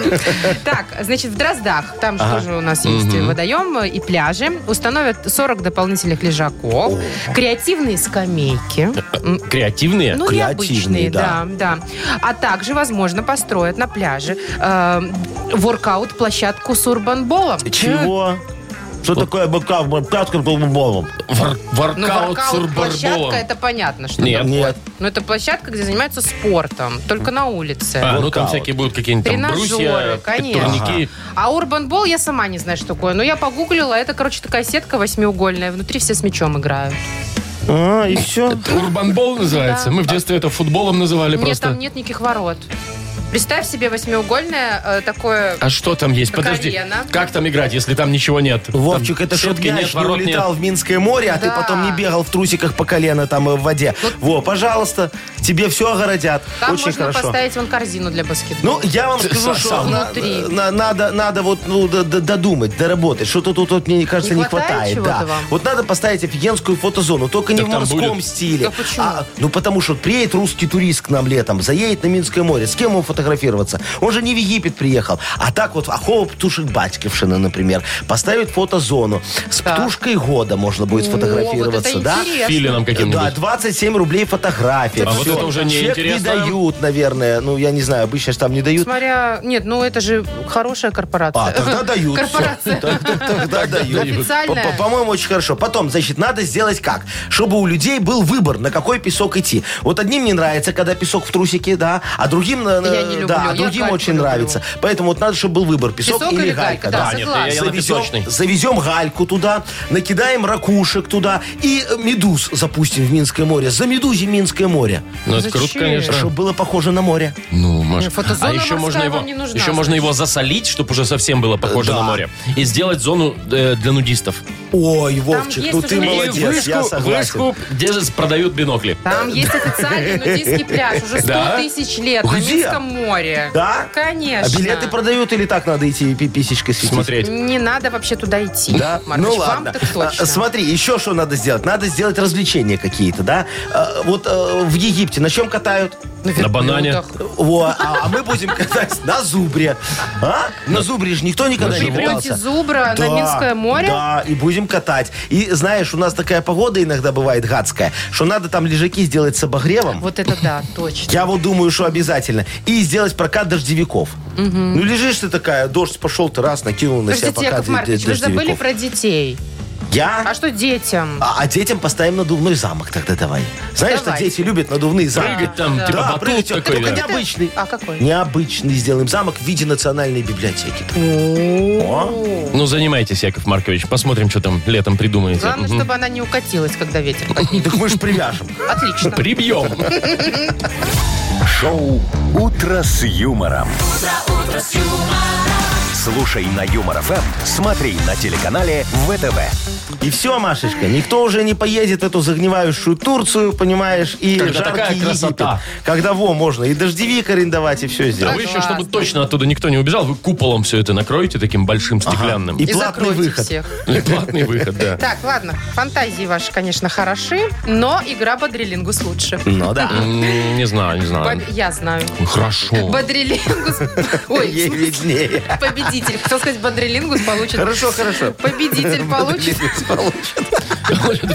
Speaker 3: Так, значит, в Дроздах, там же тоже у нас есть и водоем э, и пляжи, установят 40 дополнительных лежаков, креативные скамейки. М,
Speaker 2: Э, Креативные?
Speaker 3: Ну,
Speaker 4: Креативные,
Speaker 3: необычные, да. да, А также, возможно, построят на пляже э, воркаут-площадку с урбанболом.
Speaker 4: Чего? Что такое быка в пятку по
Speaker 2: Вор-
Speaker 3: Ну,
Speaker 2: воркаут с а,
Speaker 3: воркаут-площадка,
Speaker 2: урбарболом.
Speaker 3: это понятно, что...
Speaker 2: Нет.
Speaker 4: Нет.
Speaker 3: Ну, это площадка, где занимаются спортом, только на улице.
Speaker 2: А, ну там
Speaker 4: Воркаут.
Speaker 2: всякие будут какие-нибудь там брусья,
Speaker 3: Тренажеры, конечно.
Speaker 2: турники.
Speaker 3: А Urban Ball я сама не знаю, что такое. Но я погуглила, это, короче, такая сетка восьмиугольная. Внутри все с мячом играют.
Speaker 4: А, и все.
Speaker 2: Урбанбол называется.
Speaker 3: Да.
Speaker 2: Мы в детстве это футболом называли
Speaker 3: Нет,
Speaker 2: просто.
Speaker 3: там нет никаких ворот. Представь себе восьмиугольное э, такое...
Speaker 2: А что там есть?
Speaker 3: Как
Speaker 2: Подожди.
Speaker 3: арена.
Speaker 2: Как там играть, если там ничего нет?
Speaker 4: Вовчик,
Speaker 2: Там
Speaker 4: это чтоб
Speaker 2: сетки
Speaker 4: мяч не
Speaker 2: ворот
Speaker 4: улетал в Минское море, а ты
Speaker 3: Да.
Speaker 4: потом не бегал в трусиках по колено там э, в воде. Во, пожалуйста, тебе все огородят.
Speaker 3: Там
Speaker 4: Очень
Speaker 3: можно
Speaker 4: хорошо.
Speaker 3: поставить вон корзину для баскетбола.
Speaker 4: Ну, я вам скажу,
Speaker 2: сам-
Speaker 4: что
Speaker 2: сам.
Speaker 4: на-
Speaker 3: Внутри.
Speaker 4: на- надо, надо вот ну, д- д- додумать, доработать. Что-то тут, вот, мне кажется,
Speaker 3: Не
Speaker 4: не,
Speaker 3: хватает
Speaker 4: хватает. да.
Speaker 3: чего-то вам?
Speaker 4: Вот надо поставить офигенскую фотозону, только не
Speaker 2: Так
Speaker 4: в
Speaker 2: там
Speaker 4: морском
Speaker 2: будет.
Speaker 4: стиле.
Speaker 3: Да почему?
Speaker 4: А, ну, потому что приедет русский турист к нам летом, заедет на Минское море. С кем ему фотографироваться? Он же не в Египет приехал. А так вот Ахова Птушек Батькившина, например, поставит фотозону. С
Speaker 3: Так.
Speaker 4: птушкой года можно будет сфотографироваться, да?
Speaker 2: нет. Филином каким-нибудь.
Speaker 4: Да, 27 рублей фотография.
Speaker 2: А вот
Speaker 4: Всё.
Speaker 2: это уже не
Speaker 4: Чек не
Speaker 2: интересно.
Speaker 4: дают, наверное. Ну, я не знаю, обычно же там не дают.
Speaker 3: Смотря... Нет, ну это же хорошая корпорация.
Speaker 4: А, тогда дают. всё.
Speaker 3: Корпорация.
Speaker 4: Так, так, Тогда дают.
Speaker 3: Официальная.
Speaker 4: По- по- По-моему, очень хорошо. Потом, значит, надо сделать как? Чтобы у людей был выбор, на какой песок идти. Вот одним не нравится, когда песок в трусике, да, а другим, на- на-
Speaker 3: Я не люблю,
Speaker 4: да, а
Speaker 3: я
Speaker 4: другим
Speaker 3: гальку
Speaker 4: очень
Speaker 3: люблю.
Speaker 4: нравится. Поэтому вот надо, чтобы был выбор, песок,
Speaker 3: Песок
Speaker 4: или галька.
Speaker 3: да,
Speaker 2: А, нет,
Speaker 3: согласна.
Speaker 2: я- я на песочный.
Speaker 4: Завезем, завезем гальку туда, накидаем ракушек туда и э, медуз запустим в Минское море. Замедузим Минское море.
Speaker 2: Ну, это
Speaker 3: Зачем?
Speaker 2: круто, конечно.
Speaker 4: Чтобы было похоже на море.
Speaker 2: Ну, Маш,
Speaker 3: Не, фотозона
Speaker 2: а еще
Speaker 3: морская
Speaker 2: можно его,
Speaker 3: вам не нужна,
Speaker 2: еще можно
Speaker 3: значит.
Speaker 2: его засолить, чтобы уже совсем было похоже
Speaker 4: Да.
Speaker 2: на море, и сделать зону э, для нудистов.
Speaker 4: Ой, Вовчик,
Speaker 3: есть
Speaker 4: ну
Speaker 3: уже
Speaker 4: ты
Speaker 2: И
Speaker 4: молодец, я
Speaker 2: вышку,
Speaker 4: согласен.
Speaker 2: вышку, где же продают бинокли.
Speaker 3: Там
Speaker 4: Э,
Speaker 3: есть официальный нудистский пляж уже 100
Speaker 2: Да?
Speaker 3: тысяч лет на
Speaker 4: Где?
Speaker 3: Минском море.
Speaker 4: Да?
Speaker 3: Конечно.
Speaker 4: А билеты продают или так надо идти и пи- писечкой светить?
Speaker 2: Смотреть.
Speaker 3: Не надо вообще туда идти.
Speaker 4: Да?
Speaker 3: Маркович,
Speaker 4: ну
Speaker 3: вам
Speaker 4: ладно.
Speaker 3: так точно.
Speaker 4: А, Смотри, еще что надо сделать? Надо сделать развлечения какие-то, да? А, Вот э, в Египте на чем катают?
Speaker 2: На банане.
Speaker 3: верблюдах.
Speaker 4: Во, а а мы будем катать на зубре. А? На зубре же никто никогда не
Speaker 2: животе.
Speaker 4: катался.
Speaker 3: Припрете зубра на
Speaker 4: Да,
Speaker 3: Минское море.
Speaker 4: Да, и будем катать. И знаешь, у нас такая погода иногда бывает гадская, что надо там лежаки сделать с обогревом.
Speaker 3: Вот это да, точно.
Speaker 4: Я вот думаю, что обязательно. И сделать прокат дождевиков. Ну, лежишь ты такая, дождь пошел, ты раз накинул на себя
Speaker 3: Подождите,
Speaker 4: пока
Speaker 3: Яков Маркович, вы же забыли про детей.
Speaker 4: Я?
Speaker 3: А что детям?
Speaker 4: А, а детям поставим надувной замок тогда давай. Знаешь, что
Speaker 3: Давай.
Speaker 4: дети любят надувные замки.
Speaker 2: Прыгать там,
Speaker 3: Да.
Speaker 2: типа
Speaker 4: Да,
Speaker 2: батут
Speaker 4: прыгать.
Speaker 2: такой.
Speaker 4: Только
Speaker 2: да.
Speaker 4: не Необычный.
Speaker 3: А какой?
Speaker 4: Необычный сделаем замок в виде национальной библиотеки.
Speaker 3: О.
Speaker 2: Ну, занимайтесь, Яков Маркович. Посмотрим, что там летом придумаете.
Speaker 3: Главное,
Speaker 2: Мгм.
Speaker 3: чтобы она не укатилась, когда ветер поднялся.
Speaker 4: Так мы же привяжем.
Speaker 3: Отлично.
Speaker 2: Прибьем.
Speaker 1: Шоу «Утро с юмором». Слушай на Юмор ФМ, смотри на телеканале ВТВ.
Speaker 4: И все, Машечка, никто уже не поедет в эту загнивающую Турцию, понимаешь, и
Speaker 2: Когда
Speaker 4: жаркий
Speaker 2: такая
Speaker 4: Египет.
Speaker 2: красота.
Speaker 4: Когда во, можно и дождевик арендовать, и все
Speaker 2: А
Speaker 4: сделать.
Speaker 2: вы еще,
Speaker 3: Классно.
Speaker 2: чтобы точно оттуда никто не убежал, вы куполом все это накроете таким большим стеклянным.
Speaker 4: И
Speaker 3: И
Speaker 4: платный
Speaker 3: закройте
Speaker 4: выход.
Speaker 3: всех.
Speaker 2: И платный выход, да.
Speaker 3: Так, ладно. Фантазии ваши, конечно, хороши, но игра Бодрилингус лучше.
Speaker 4: Ну да.
Speaker 2: М, Не знаю, не знаю.
Speaker 3: Бод- Я знаю.
Speaker 2: Хорошо.
Speaker 3: Бодрилингус...
Speaker 4: Ей
Speaker 3: Ой,
Speaker 4: виднее.
Speaker 3: победитель. Хотел сказать, Бодрилингус получит...
Speaker 4: Хорошо, хорошо.
Speaker 3: Победитель получит...
Speaker 4: Бодрилингус получит.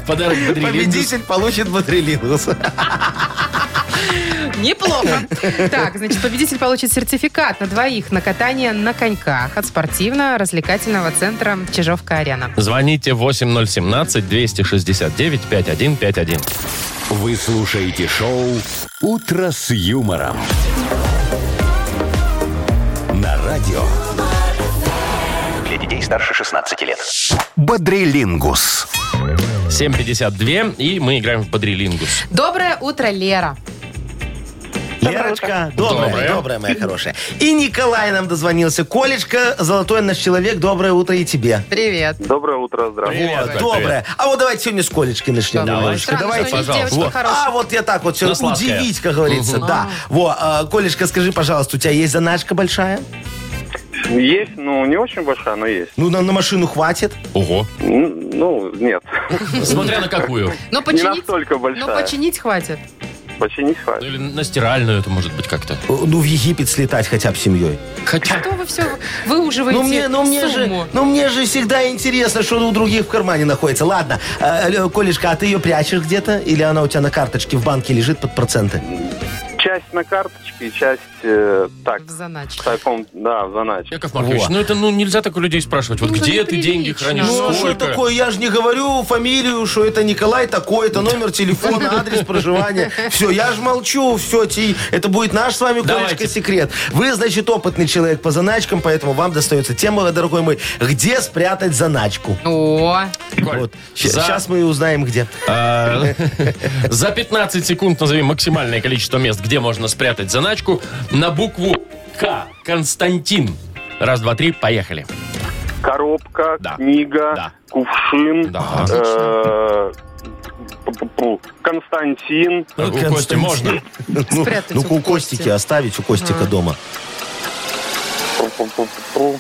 Speaker 2: Подарок Бодрилингус.
Speaker 4: Победитель получит бодрелингус.
Speaker 3: Неплохо. Так, значит, победитель получит сертификат на двоих на катание на коньках от спортивно-развлекательного центра Чижовка-Арена.
Speaker 2: Звоните 8017-269-5151.
Speaker 1: Вы слушаете шоу «Утро с юмором». На радио
Speaker 5: Для детей старше 16 лет.
Speaker 1: «Бодрилингус».
Speaker 2: 7.52, и мы играем в Бодрилингус.
Speaker 3: Доброе утро, Лера.
Speaker 4: Лерочка, добрая,
Speaker 2: Доброе.
Speaker 4: добрая, моя хорошая. И Николай нам дозвонился. Колечка, золотой наш человек, доброе утро и тебе.
Speaker 3: Привет.
Speaker 7: Доброе утро, здравствуйте.
Speaker 2: Привет,
Speaker 4: Вот, доброе. А вот давайте сегодня с Колечки начнем.
Speaker 2: Давай.
Speaker 4: немножечко.
Speaker 2: Странно,
Speaker 4: Давайте.
Speaker 2: что не пожалуйста.
Speaker 3: девочка
Speaker 2: Вот.
Speaker 3: хорошая.
Speaker 4: А вот я так вот все
Speaker 2: Но сладкая.
Speaker 4: удивить, как говорится, да. Во, а, Колечка, скажи, пожалуйста, у тебя есть заначка большая?
Speaker 7: Есть, ну, не очень большая, но есть.
Speaker 4: Ну, нам на машину хватит. Э,
Speaker 2: Ого.
Speaker 7: М, Ну, нет.
Speaker 2: Смотря на какую.
Speaker 3: Ну,
Speaker 7: Не
Speaker 3: починить...
Speaker 7: настолько
Speaker 3: Ну,
Speaker 7: большая.
Speaker 3: починить хватит.
Speaker 7: Починить
Speaker 2: Ну,
Speaker 7: хватит.
Speaker 2: Или на стиральную это может быть как-то.
Speaker 4: Э, Ну, в Египет слетать хотя бы семьей.
Speaker 2: Хотя...
Speaker 3: Что А вы все выуживаете
Speaker 4: Ну мне, ну, мне
Speaker 3: сумму?
Speaker 4: же, ну мне же всегда интересно, что у других в кармане находится. Ладно, э, э, Колечка, а ты ее прячешь где-то? Или она у тебя на карточке в банке лежит под проценты?
Speaker 7: Часть на карточке, часть э, так.
Speaker 3: В заначке.
Speaker 7: В таком, да, в заначке.
Speaker 2: Яков Маркович, ну это ну нельзя так у людей спрашивать. Вот
Speaker 3: Ну,
Speaker 2: где ты
Speaker 3: неприлично.
Speaker 2: деньги хранишь?
Speaker 4: Ну, а что
Speaker 2: Сколько?
Speaker 4: такое? Я же не говорю фамилию, что это Николай такой-то, номер телефона, адрес проживания. Все, я же молчу, все, ти, это будет наш с вами,
Speaker 2: Давайте.
Speaker 4: Колечка, секрет. Вы, значит, опытный человек по заначкам, поэтому вам достается тема, дорогой мой, где спрятать заначку.
Speaker 3: О,
Speaker 2: Коль,
Speaker 4: Вот.
Speaker 2: за-
Speaker 4: Сейчас мы и узнаем, где.
Speaker 2: А, За 15 секунд назови максимальное количество мест, где можно спрятать заначку на букву К. Константин. Раз, два, три, поехали.
Speaker 7: Коробка,
Speaker 2: Да. Да.
Speaker 7: книга, кувшин,
Speaker 2: Да.
Speaker 7: э, пу-пу-пу, Константин.
Speaker 2: У Кости
Speaker 4: Константин.
Speaker 2: можно?
Speaker 4: Ну,
Speaker 3: Спрятать
Speaker 4: ну,
Speaker 3: у Кости.
Speaker 4: у
Speaker 3: А.
Speaker 4: Костики оставить, у Костика дома.
Speaker 7: пу-пу-пу-пу,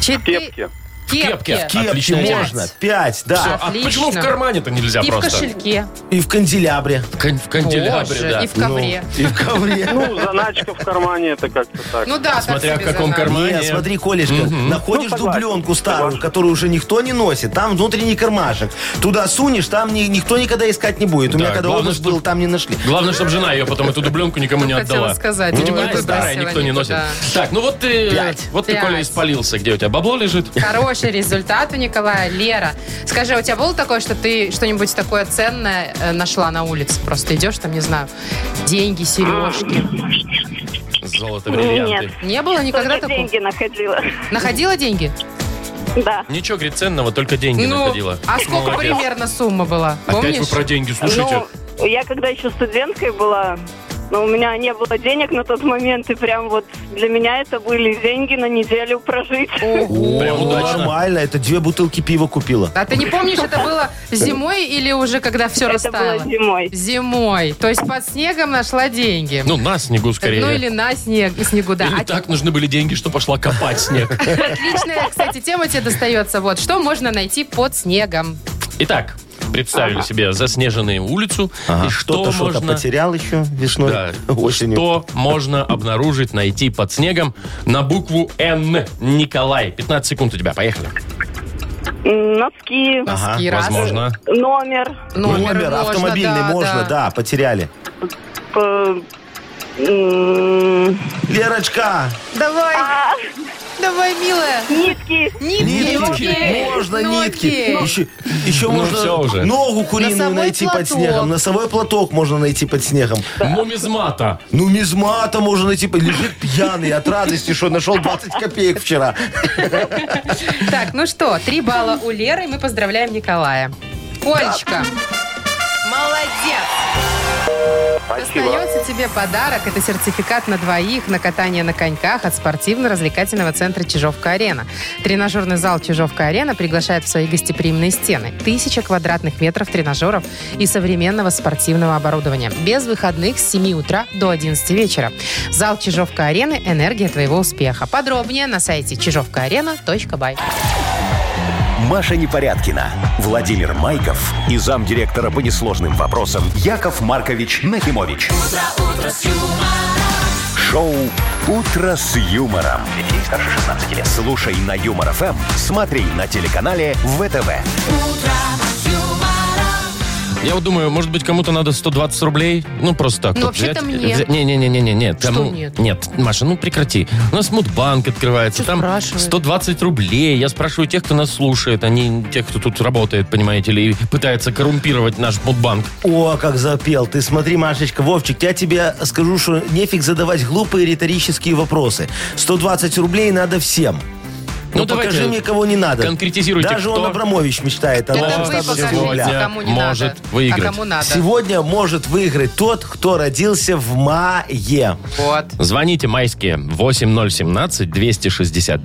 Speaker 3: четы-
Speaker 7: Кепки.
Speaker 3: Кепки.
Speaker 2: Кепки.
Speaker 4: Кепки
Speaker 2: Отличная тема.
Speaker 4: можно, пять, да.
Speaker 2: Всё, а
Speaker 3: Отлично.
Speaker 2: почему в кармане-то нельзя
Speaker 3: И в
Speaker 2: просто?
Speaker 3: кошельке.
Speaker 4: И в канделябре.
Speaker 2: В кон- в канделябре,
Speaker 3: Боже,
Speaker 2: да.
Speaker 3: И в ковре.
Speaker 4: И в ковре.
Speaker 7: Ну, заначка в кармане, это как-то так.
Speaker 3: Ну, да, так
Speaker 2: Смотря в
Speaker 3: себе
Speaker 2: каком
Speaker 3: заначка.
Speaker 2: кармане.
Speaker 4: Не, смотри, Колешка, находишь
Speaker 7: Ну, согласен,
Speaker 4: дубленку старую,
Speaker 7: согласен.
Speaker 4: которую уже никто не носит, там внутренний кармашек. Туда сунешь, там ни- никто никогда искать не будет.
Speaker 2: Да,
Speaker 4: У меня когда
Speaker 2: главное,
Speaker 4: отпуск
Speaker 2: что-
Speaker 4: был, там не нашли.
Speaker 2: Главное, чтобы жена ее потом эту дубленку никому не
Speaker 3: Хотела
Speaker 2: отдала.
Speaker 3: сказать,
Speaker 2: Ну, тем
Speaker 3: ну,
Speaker 2: более
Speaker 3: это
Speaker 2: старая,
Speaker 3: бросила
Speaker 2: никто не носит.
Speaker 3: никуда.
Speaker 2: Так, ну вот ты,
Speaker 4: Пять.
Speaker 2: вот ты,
Speaker 3: Пять.
Speaker 2: Коля, испалился. Где у тебя бабло лежит?
Speaker 3: Хороший результат у Николая. Лера, скажи, а у тебя было такое, что ты что-нибудь такое ценное э, нашла на улице? Просто идешь там, не знаю, деньги, сережки.
Speaker 2: Золото, бриллианты.
Speaker 6: Нет.
Speaker 3: Не было никогда
Speaker 6: Только
Speaker 3: такого?
Speaker 6: деньги находила.
Speaker 3: Находила деньги?
Speaker 6: Да.
Speaker 2: Ничего, говорит, ценного, только деньги находила.
Speaker 3: а сколько
Speaker 2: Молодец.
Speaker 3: примерно сумма была?
Speaker 2: Опять вы
Speaker 3: Помнишь?
Speaker 2: про деньги, слушайте.
Speaker 6: Ну, я когда еще студенткой была, но у меня не было денег на тот момент, и прям вот для меня это были деньги на неделю прожить.
Speaker 4: О,
Speaker 2: Прям
Speaker 4: ну
Speaker 2: удачно.
Speaker 4: нормально, это две бутылки пива купила.
Speaker 3: А ты не помнишь, это было зимой или уже когда все
Speaker 6: Это было
Speaker 3: растаяло?
Speaker 6: зимой.
Speaker 3: Зимой. То есть под снегом нашла деньги.
Speaker 2: Ну, на снегу скорее.
Speaker 3: Ну или на снег, снегу, да.
Speaker 2: Или
Speaker 3: А
Speaker 2: так нужны были деньги, что пошла копать снег.
Speaker 3: Отличная, кстати, тема тебе достается. Вот, что можно найти под снегом?
Speaker 2: Итак, представили себе заснеженную улицу.
Speaker 4: Ага.
Speaker 2: И что
Speaker 4: Кто-то что-то
Speaker 2: можно...
Speaker 4: потерял еще весной,
Speaker 2: Да.
Speaker 4: осенью.
Speaker 2: Что можно обнаружить, найти под снегом на букву Н. Николай. 15 секунд у тебя, поехали.
Speaker 6: М, Носки,
Speaker 4: Ага,
Speaker 3: Носки раз.
Speaker 2: Возможно.
Speaker 6: номер,
Speaker 4: Номер,
Speaker 3: можно,
Speaker 4: автомобильный
Speaker 3: да,
Speaker 4: можно, да. потеряли.
Speaker 6: п- м,
Speaker 4: Лерочка,
Speaker 3: Давай,
Speaker 6: а,
Speaker 3: давай, милая.
Speaker 6: нитки,
Speaker 3: Нитки,
Speaker 4: нитки, можно
Speaker 3: ноги.
Speaker 4: нитки. Еще, еще
Speaker 2: Ну,
Speaker 4: можно
Speaker 2: всё уже.
Speaker 4: ногу куриную
Speaker 3: Носовой
Speaker 4: найти под
Speaker 3: платок.
Speaker 4: снегом, носовой платок можно найти под снегом.
Speaker 2: Нумизмата.
Speaker 4: Нумизмата Ну, можно найти, типа, лежит пьяный от радости, что нашел 20 копеек вчера.
Speaker 3: Так, ну что, три балла у Леры, мы поздравляем Николая. Колечка. Молодец! Остается тебе подарок. Это сертификат на двоих на катание на коньках от спортивно-развлекательного центра «Чижовка-арена». Тренажерный зал «Чижовка-арена» приглашает в свои гостеприимные стены. Тысяча квадратных метров тренажеров и современного спортивного оборудования. Без выходных с 7 утра до 11 вечера. Зал «Чижовка-арены» – энергия твоего успеха. Подробнее на сайте чижовкаарена.бай.
Speaker 1: Маша Непорядкина, Владимир Майков и замдиректора по несложным вопросам Яков Маркович Нахимович. Шоу Утро с юмором.
Speaker 5: Для детей старше 16 лет.
Speaker 1: Слушай на юмор ФМ, смотри на телеканале ВТВ.
Speaker 2: Я вот думаю, может быть, кому-то надо 120 рублей, ну, просто так.
Speaker 3: Ну,
Speaker 2: вот взять.
Speaker 3: вообще-то мне.
Speaker 2: Взя- Не-не-не-не-не, нет.
Speaker 3: Что
Speaker 2: кому-
Speaker 3: нет?
Speaker 2: Нет, Маша, ну, прекрати. У нас Мудбанк открывается,
Speaker 3: Чё
Speaker 2: там
Speaker 3: спрашивает?
Speaker 2: 120 рублей. Я спрашиваю тех, кто нас слушает, а не тех, кто тут работает, понимаете ли, и пытается коррумпировать наш Мудбанк.
Speaker 4: О, как запел. Ты смотри, Машечка, Вовчик, я тебе скажу, что нефиг задавать глупые риторические вопросы. 120 рублей надо всем.
Speaker 2: Ну,
Speaker 4: Ну, покажи
Speaker 2: давайте
Speaker 4: мне, кого не надо.
Speaker 2: конкретизируйте,
Speaker 4: Даже
Speaker 2: кто.
Speaker 4: он Абрамович мечтает о
Speaker 3: Тогда
Speaker 4: нашем
Speaker 3: вы
Speaker 4: 120
Speaker 3: покажите,
Speaker 2: сегодня
Speaker 3: кому не
Speaker 2: может
Speaker 3: надо,
Speaker 2: выиграть.
Speaker 3: а кому надо.
Speaker 4: Сегодня может выиграть тот, кто родился в мае.
Speaker 3: Вот.
Speaker 2: Звоните майские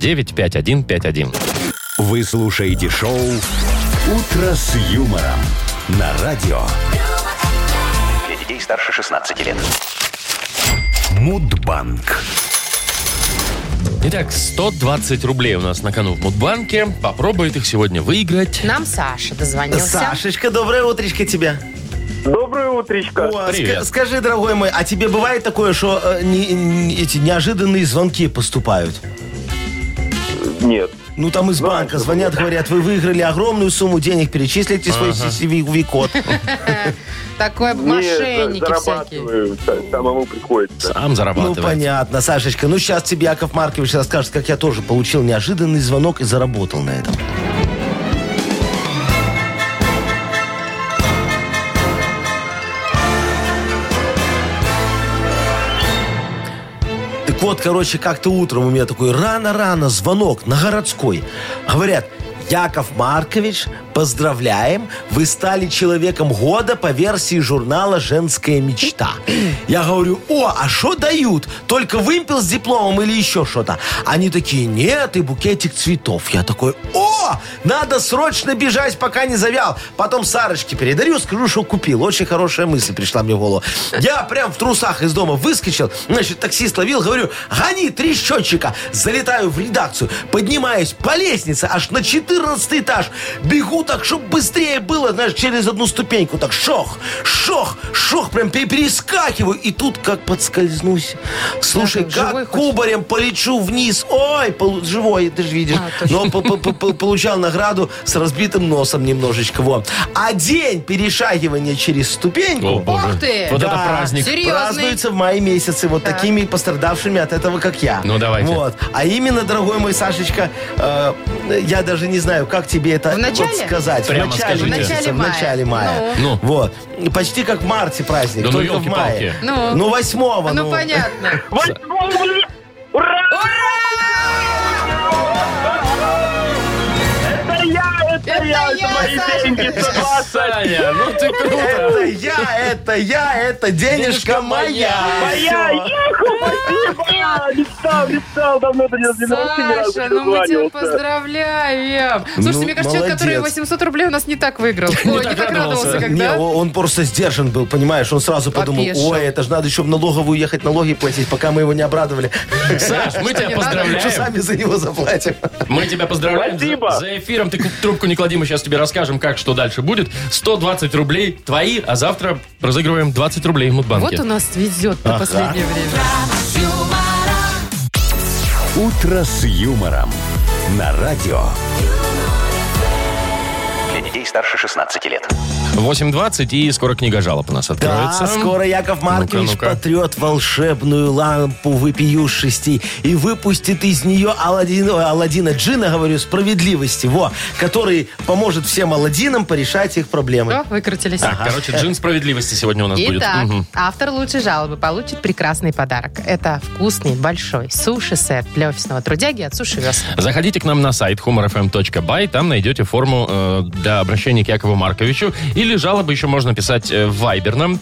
Speaker 2: 8017-269-5151.
Speaker 1: Вы слушаете шоу «Утро с юмором» на радио
Speaker 5: Для детей старше 16 лет.
Speaker 1: Мудбанк.
Speaker 2: Итак, 120 рублей у нас на кону в Мудбанке. Попробует их сегодня выиграть.
Speaker 3: Нам Саша дозвонился.
Speaker 4: Сашечка, доброе утречко тебе.
Speaker 7: Доброе утречко.
Speaker 4: О,
Speaker 2: Привет.
Speaker 4: ска- скажи, дорогой мой, а тебе бывает такое, что э, не- не- эти неожиданные звонки поступают?
Speaker 7: Нет.
Speaker 4: Ну, там из банка звонят, говорят, вы выиграли огромную сумму денег, перечислите свой CCV-код.
Speaker 3: Такое
Speaker 7: Не,
Speaker 3: мошенники всякие.
Speaker 7: зарабатываю. Са- Самому приходится.
Speaker 2: Сам
Speaker 4: Ну,
Speaker 2: зарабатывает.
Speaker 4: понятно, Сашечка. Ну, сейчас тебе Яков Маркович расскажет, как я тоже получил неожиданный звонок и заработал на этом. Так вот, короче, как-то утром у меня такой рано-рано звонок на городской. Говорят, Яков Маркович, поздравляем, вы стали человеком года по версии журнала «Женская мечта». Я говорю, о, а что дают? Только вымпел с дипломом или еще что-то? Они такие, нет, и букетик цветов. Я такой, о, надо срочно бежать, пока не завял. Потом Сарочке передарю, скажу, что купил. Очень хорошая мысль пришла мне в голову. Я прям в трусах из дома выскочил, значит, таксист ловил, говорю, гони три счетчика. Залетаю в редакцию, поднимаюсь по лестнице аж на 14 этаж. Бегу так, чтобы быстрее было, знаешь, через одну ступеньку. Так шох, шох, шох, прям пере- перескакиваю. И тут как подскользнусь. Слушай,
Speaker 3: Да, живой
Speaker 4: как
Speaker 3: хоть?
Speaker 4: кубарем полечу вниз. Ой, полу- живой, ты же видишь.
Speaker 3: А, точно.
Speaker 4: Но по- по- по- по- получал награду с разбитым носом немножечко. Во. А день перешагивания через
Speaker 2: О,
Speaker 4: ступеньку
Speaker 2: боже.
Speaker 3: Ух ты!
Speaker 2: Вот это
Speaker 4: Да.
Speaker 2: праздник.
Speaker 3: Серьезный?
Speaker 4: празднуется в мае месяце вот такими пострадавшими от этого, как я.
Speaker 2: Ну, давайте.
Speaker 4: Вот. А именно, дорогой мой Сашечка, э, я даже не знаю, как тебе это
Speaker 3: В начале?
Speaker 4: вот сказать.
Speaker 2: Прямо
Speaker 4: в начале
Speaker 2: скажите.
Speaker 4: месяца,
Speaker 3: В
Speaker 4: в
Speaker 3: начале
Speaker 4: начале
Speaker 3: мая.
Speaker 4: мая.
Speaker 2: Ну.
Speaker 4: Вот. Почти как в марте праздник,
Speaker 2: Да ну,
Speaker 4: только в мае.
Speaker 2: елки-палки.
Speaker 3: Ну.
Speaker 4: ну, восьмого.
Speaker 3: Ну, понятно.
Speaker 7: Ура! Это я, это,
Speaker 3: Это
Speaker 7: я,
Speaker 3: я,
Speaker 7: это мои
Speaker 3: Сашка.
Speaker 7: деньги, 120.
Speaker 2: Саня, ну ты круто.
Speaker 4: Это я, это я, это денежка моя.
Speaker 7: Моя, ехал, спасибо! Мечтал, мечтал, давно до нее
Speaker 3: Саша, ну мы тебя поздравляем. Слушайте,
Speaker 4: Ну,
Speaker 3: мне кажется, человек, который
Speaker 4: молодец.
Speaker 3: 800 рублей у нас не так выиграл. Ой, не
Speaker 2: так
Speaker 3: так радовался,
Speaker 2: радовался.
Speaker 4: Не,
Speaker 3: когда.
Speaker 4: о- он просто сдержан был, понимаешь? Он сразу подумал,
Speaker 3: Попешил.
Speaker 4: ой, это же надо еще в налоговую ехать, налоги платить, пока мы его не обрадовали.
Speaker 2: Саш, мы тебя
Speaker 3: не надо?
Speaker 4: Что
Speaker 2: поздравляем.
Speaker 4: сами за него заплатим.
Speaker 2: Мы тебя поздравляем.
Speaker 7: Спасибо.
Speaker 2: За, за эфиром ты трубку не клади, мы сейчас тебе расскажем, как, что дальше будет. 120 рублей твои, а завтра разыгрываем 20 рублей в
Speaker 3: Вот
Speaker 2: Мудбанке.
Speaker 3: у нас везет на последнее время.
Speaker 1: «Утро с юмором» на радио.
Speaker 5: Для детей старше 16 лет.
Speaker 2: 8.20 и скоро книга жалоб у нас откроется.
Speaker 4: Да, скоро Яков Маркович
Speaker 2: Ну-ка, ну-ка.
Speaker 4: потрет волшебную лампу вопиюшести и выпустит из нее Аладдин, ой, Аладдина Джина, говорю, справедливости, во, который поможет всем Аладдинам порешать их
Speaker 3: Все,
Speaker 4: проблемы.
Speaker 3: выкрутились.
Speaker 2: Так, короче, джин справедливости сегодня у нас будет.
Speaker 3: Итак,
Speaker 2: Мгм.
Speaker 3: автор лучшей жалобы получит прекрасный подарок. Это вкусный большой суши-сет для офисного трудяги от Суши Вес.
Speaker 2: Заходите к нам на сайт humorfm.by, там найдете форму э, для обращения к Якову Марковичу. Или жалобы еще можно писать э, в Viber нам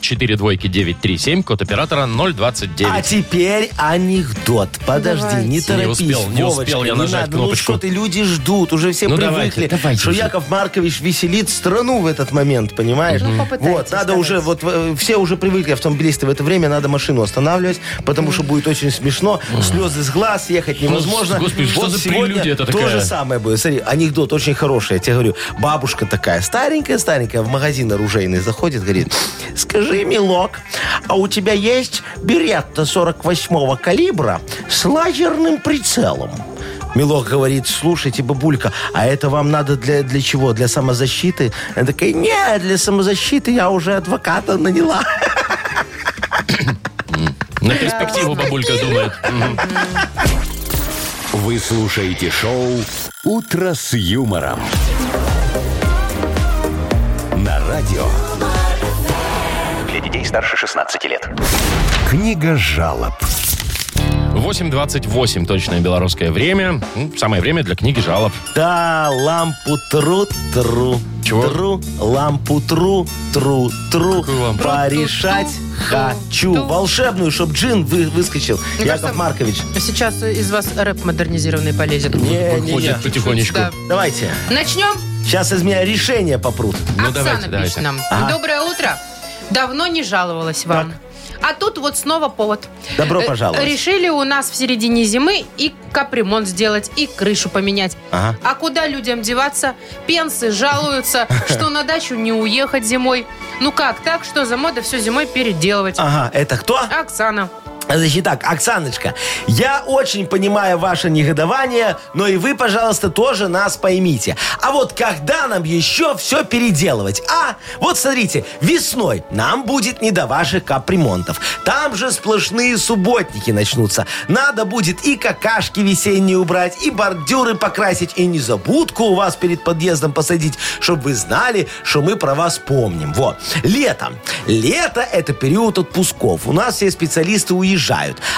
Speaker 2: 42937, код оператора 029.
Speaker 4: А теперь анекдот. Подожди,
Speaker 3: Давайте.
Speaker 4: не торопись,
Speaker 2: успел, не
Speaker 4: Вовочка,
Speaker 2: успел я
Speaker 4: не
Speaker 2: нажать
Speaker 4: надо. Ну
Speaker 2: кнопочку.
Speaker 4: что ты, люди ждут, уже все
Speaker 2: Ну, давайте,
Speaker 4: привыкли,
Speaker 2: давайте
Speaker 4: что
Speaker 2: уже.
Speaker 4: Яков Маркович веселит страну в этот момент, понимаешь?
Speaker 3: Ну, попытайтесь,
Speaker 4: вот, надо
Speaker 3: давайте.
Speaker 4: уже, вот э, все уже привыкли, автомобилисты в это время надо машину останавливать, потому что будет очень смешно, слезы с глаз, ехать невозможно.
Speaker 2: господи, что
Speaker 4: Ну, Вот
Speaker 2: за
Speaker 4: сегодня
Speaker 2: прелюдия это
Speaker 4: То
Speaker 2: такая?
Speaker 4: же самое будет. Смотри, анекдот очень хороший, я тебе говорю. Бабушка такая старенькая-старенькая в магазин оружейный заходит, говорит, скажи, милок, а у тебя есть беретта 48-го калибра с лазерным прицелом? Милок говорит, слушайте, бабулька, а это вам надо для, для чего? Для самозащиты? Она такая, нет, для самозащиты я уже адвоката наняла.
Speaker 3: А,
Speaker 2: На перспективу бабулька думает. Мгм.
Speaker 1: Вы слушаете шоу «Утро с юмором». На радио
Speaker 5: Для детей старше 16 лет.
Speaker 1: «Книга жалоб».
Speaker 2: 8.28 точное белорусское время. Ну, Самое время для книги жалоб.
Speaker 4: Да, лампу тру, тру.
Speaker 2: Чего?
Speaker 4: Тру, лампу тру, тру, тру.
Speaker 2: Какую лампу?
Speaker 4: Порешать хочу.
Speaker 3: Тру.
Speaker 4: Волшебную, чтоб джин вы, выскочил.
Speaker 3: Мне
Speaker 4: Яков
Speaker 3: кажется,
Speaker 4: Маркович.
Speaker 3: Сейчас из вас рэп модернизированный полезет.
Speaker 4: Не, не,
Speaker 2: Выходит
Speaker 4: не.
Speaker 2: потихонечку.
Speaker 3: Да.
Speaker 4: Давайте.
Speaker 3: Начнем.
Speaker 4: Сейчас из меня решение попрут.
Speaker 2: Ну,
Speaker 3: Оксана
Speaker 2: давайте,
Speaker 3: пишет
Speaker 2: давайте.
Speaker 3: нам.
Speaker 4: Ага.
Speaker 3: Доброе утро. Давно не жаловалась вам. А тут вот снова повод.
Speaker 4: Добро
Speaker 3: Э,
Speaker 4: пожаловать.
Speaker 3: Решили у нас в середине зимы и капремонт сделать, и крышу поменять.
Speaker 4: Ага.
Speaker 3: А куда людям деваться? Пенсы жалуются, что на дачу не уехать зимой. Ну как так? Что за мода все зимой переделывать?
Speaker 4: Ага, это кто?
Speaker 3: Оксана.
Speaker 4: Значит так, Оксаночка, я очень понимаю ваше негодование, но и вы, пожалуйста, тоже нас поймите. А вот когда нам еще все переделывать? А, вот смотрите, весной нам будет не до ваших капремонтов. Там же сплошные субботники начнутся. Надо будет и какашки весенние убрать, и бордюры покрасить, и незабудку у вас перед подъездом посадить, чтобы вы знали, что мы про вас помним. Вот. Летом. Лето – это период отпусков. У нас все специалисты уезжают.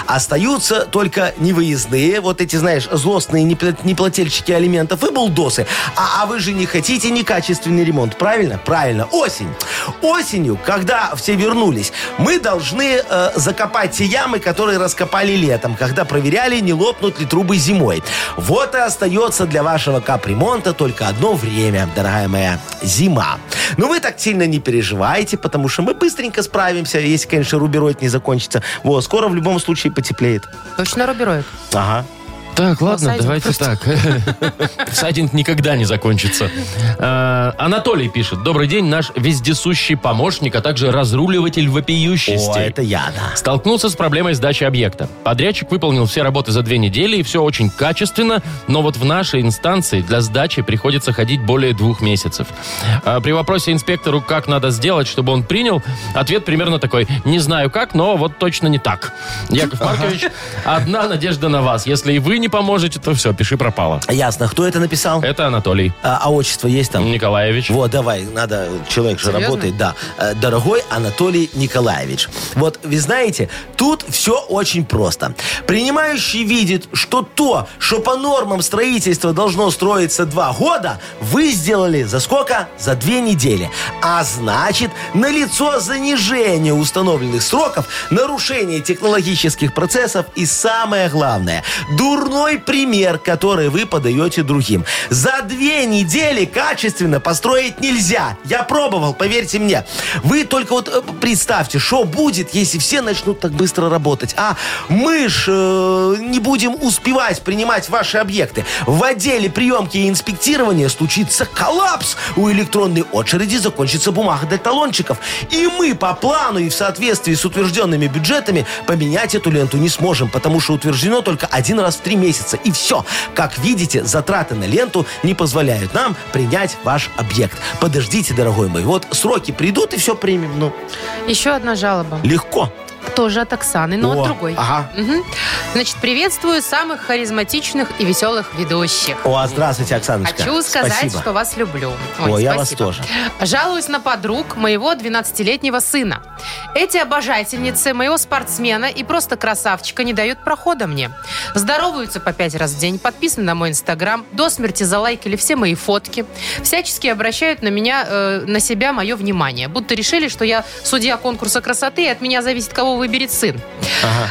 Speaker 4: Остаются только невыездные, вот эти, знаешь, злостные непла- неплательщики алиментов и булдосы. А, а вы же не хотите некачественный ремонт, правильно? Правильно. Осень. Осенью, когда все вернулись, мы должны э, закопать те ямы, которые раскопали летом, когда проверяли, не лопнут ли трубы зимой. Вот и остается для вашего капремонта только одно время, дорогая моя, зима. Но вы так сильно не переживайте, потому что мы быстренько справимся, если, конечно, рубероид не закончится. Вот, скоро в любом случае потеплеет.
Speaker 3: Точно рубероид.
Speaker 4: Ага.
Speaker 2: Так, ладно,
Speaker 3: садинг
Speaker 2: давайте так. Садинг никогда не закончится. Э, Анатолий пишет. Добрый день, наш вездесущий помощник, а также разруливатель
Speaker 4: О,
Speaker 2: вопиющести.
Speaker 4: это я, да.
Speaker 2: Столкнулся с проблемой сдачи объекта. Подрядчик выполнил все работы за две недели, и все очень качественно, но вот в нашей инстанции для сдачи приходится ходить более двух месяцев. А При вопросе инспектору, как надо сделать, чтобы он принял, ответ примерно такой, не знаю как, но вот точно не так. Яков Маркович, одна надежда на вас. Если и вы не поможете, то все, пиши пропало.
Speaker 4: Ясно. Кто это написал?
Speaker 2: Это Анатолий
Speaker 4: А, а отчество есть там?
Speaker 2: Николаевич.
Speaker 4: Вот, давай, надо, человек же
Speaker 3: Серьезно?
Speaker 4: работает, да. Э, Дорогой Анатолий Николаевич, вот вы знаете, тут все очень просто. Принимающий видит, что то, что по нормам строительства должно строиться два года, вы сделали за сколько? За две недели. А значит, налицо занижение установленных сроков, нарушение технологических процессов и самое главное, дурной пример, который вы подаете другим. За две недели качественно построить нельзя. Я пробовал, поверьте мне. Вы только вот э, представьте, что будет, если все начнут так быстро работать. А мы ж э, не будем успевать принимать ваши объекты. В отделе приемки и инспектирования случится коллапс. У электронной очереди закончится бумага для талончиков. И мы по плану и в соответствии с утвержденными бюджетами поменять эту ленту не сможем, потому что утверждено только один раз в три месяца. И все. Как видите, затраты на ленту не позволяют нам принять ваш объект. Подождите, дорогой мой. Вот сроки придут и все примем. Ну,
Speaker 3: Еще одна жалоба.
Speaker 4: легко.
Speaker 3: Тоже от Оксаны, но
Speaker 4: О,
Speaker 3: Ну, от другой.
Speaker 4: Ага.
Speaker 3: Мгм. Значит, приветствую самых харизматичных и веселых ведущих.
Speaker 4: О, здравствуйте, Оксаночка.
Speaker 3: Хочу сказать,
Speaker 4: Спасибо.
Speaker 3: что вас люблю. Ой,
Speaker 4: О, я вас
Speaker 3: спасибо.
Speaker 4: тоже.
Speaker 3: Жалуюсь на подруг моего 12-летнего сына. Эти обожательницы моего спортсмена и просто красавчика не дают прохода мне. Здороваются по пять раз в день, подписаны на мой инстаграм, до смерти залайкали все мои фотки, всячески обращают на меня, э, на себя мое внимание, будто решили, что я судья конкурса красоты, и от меня зависит, кого выберет сын.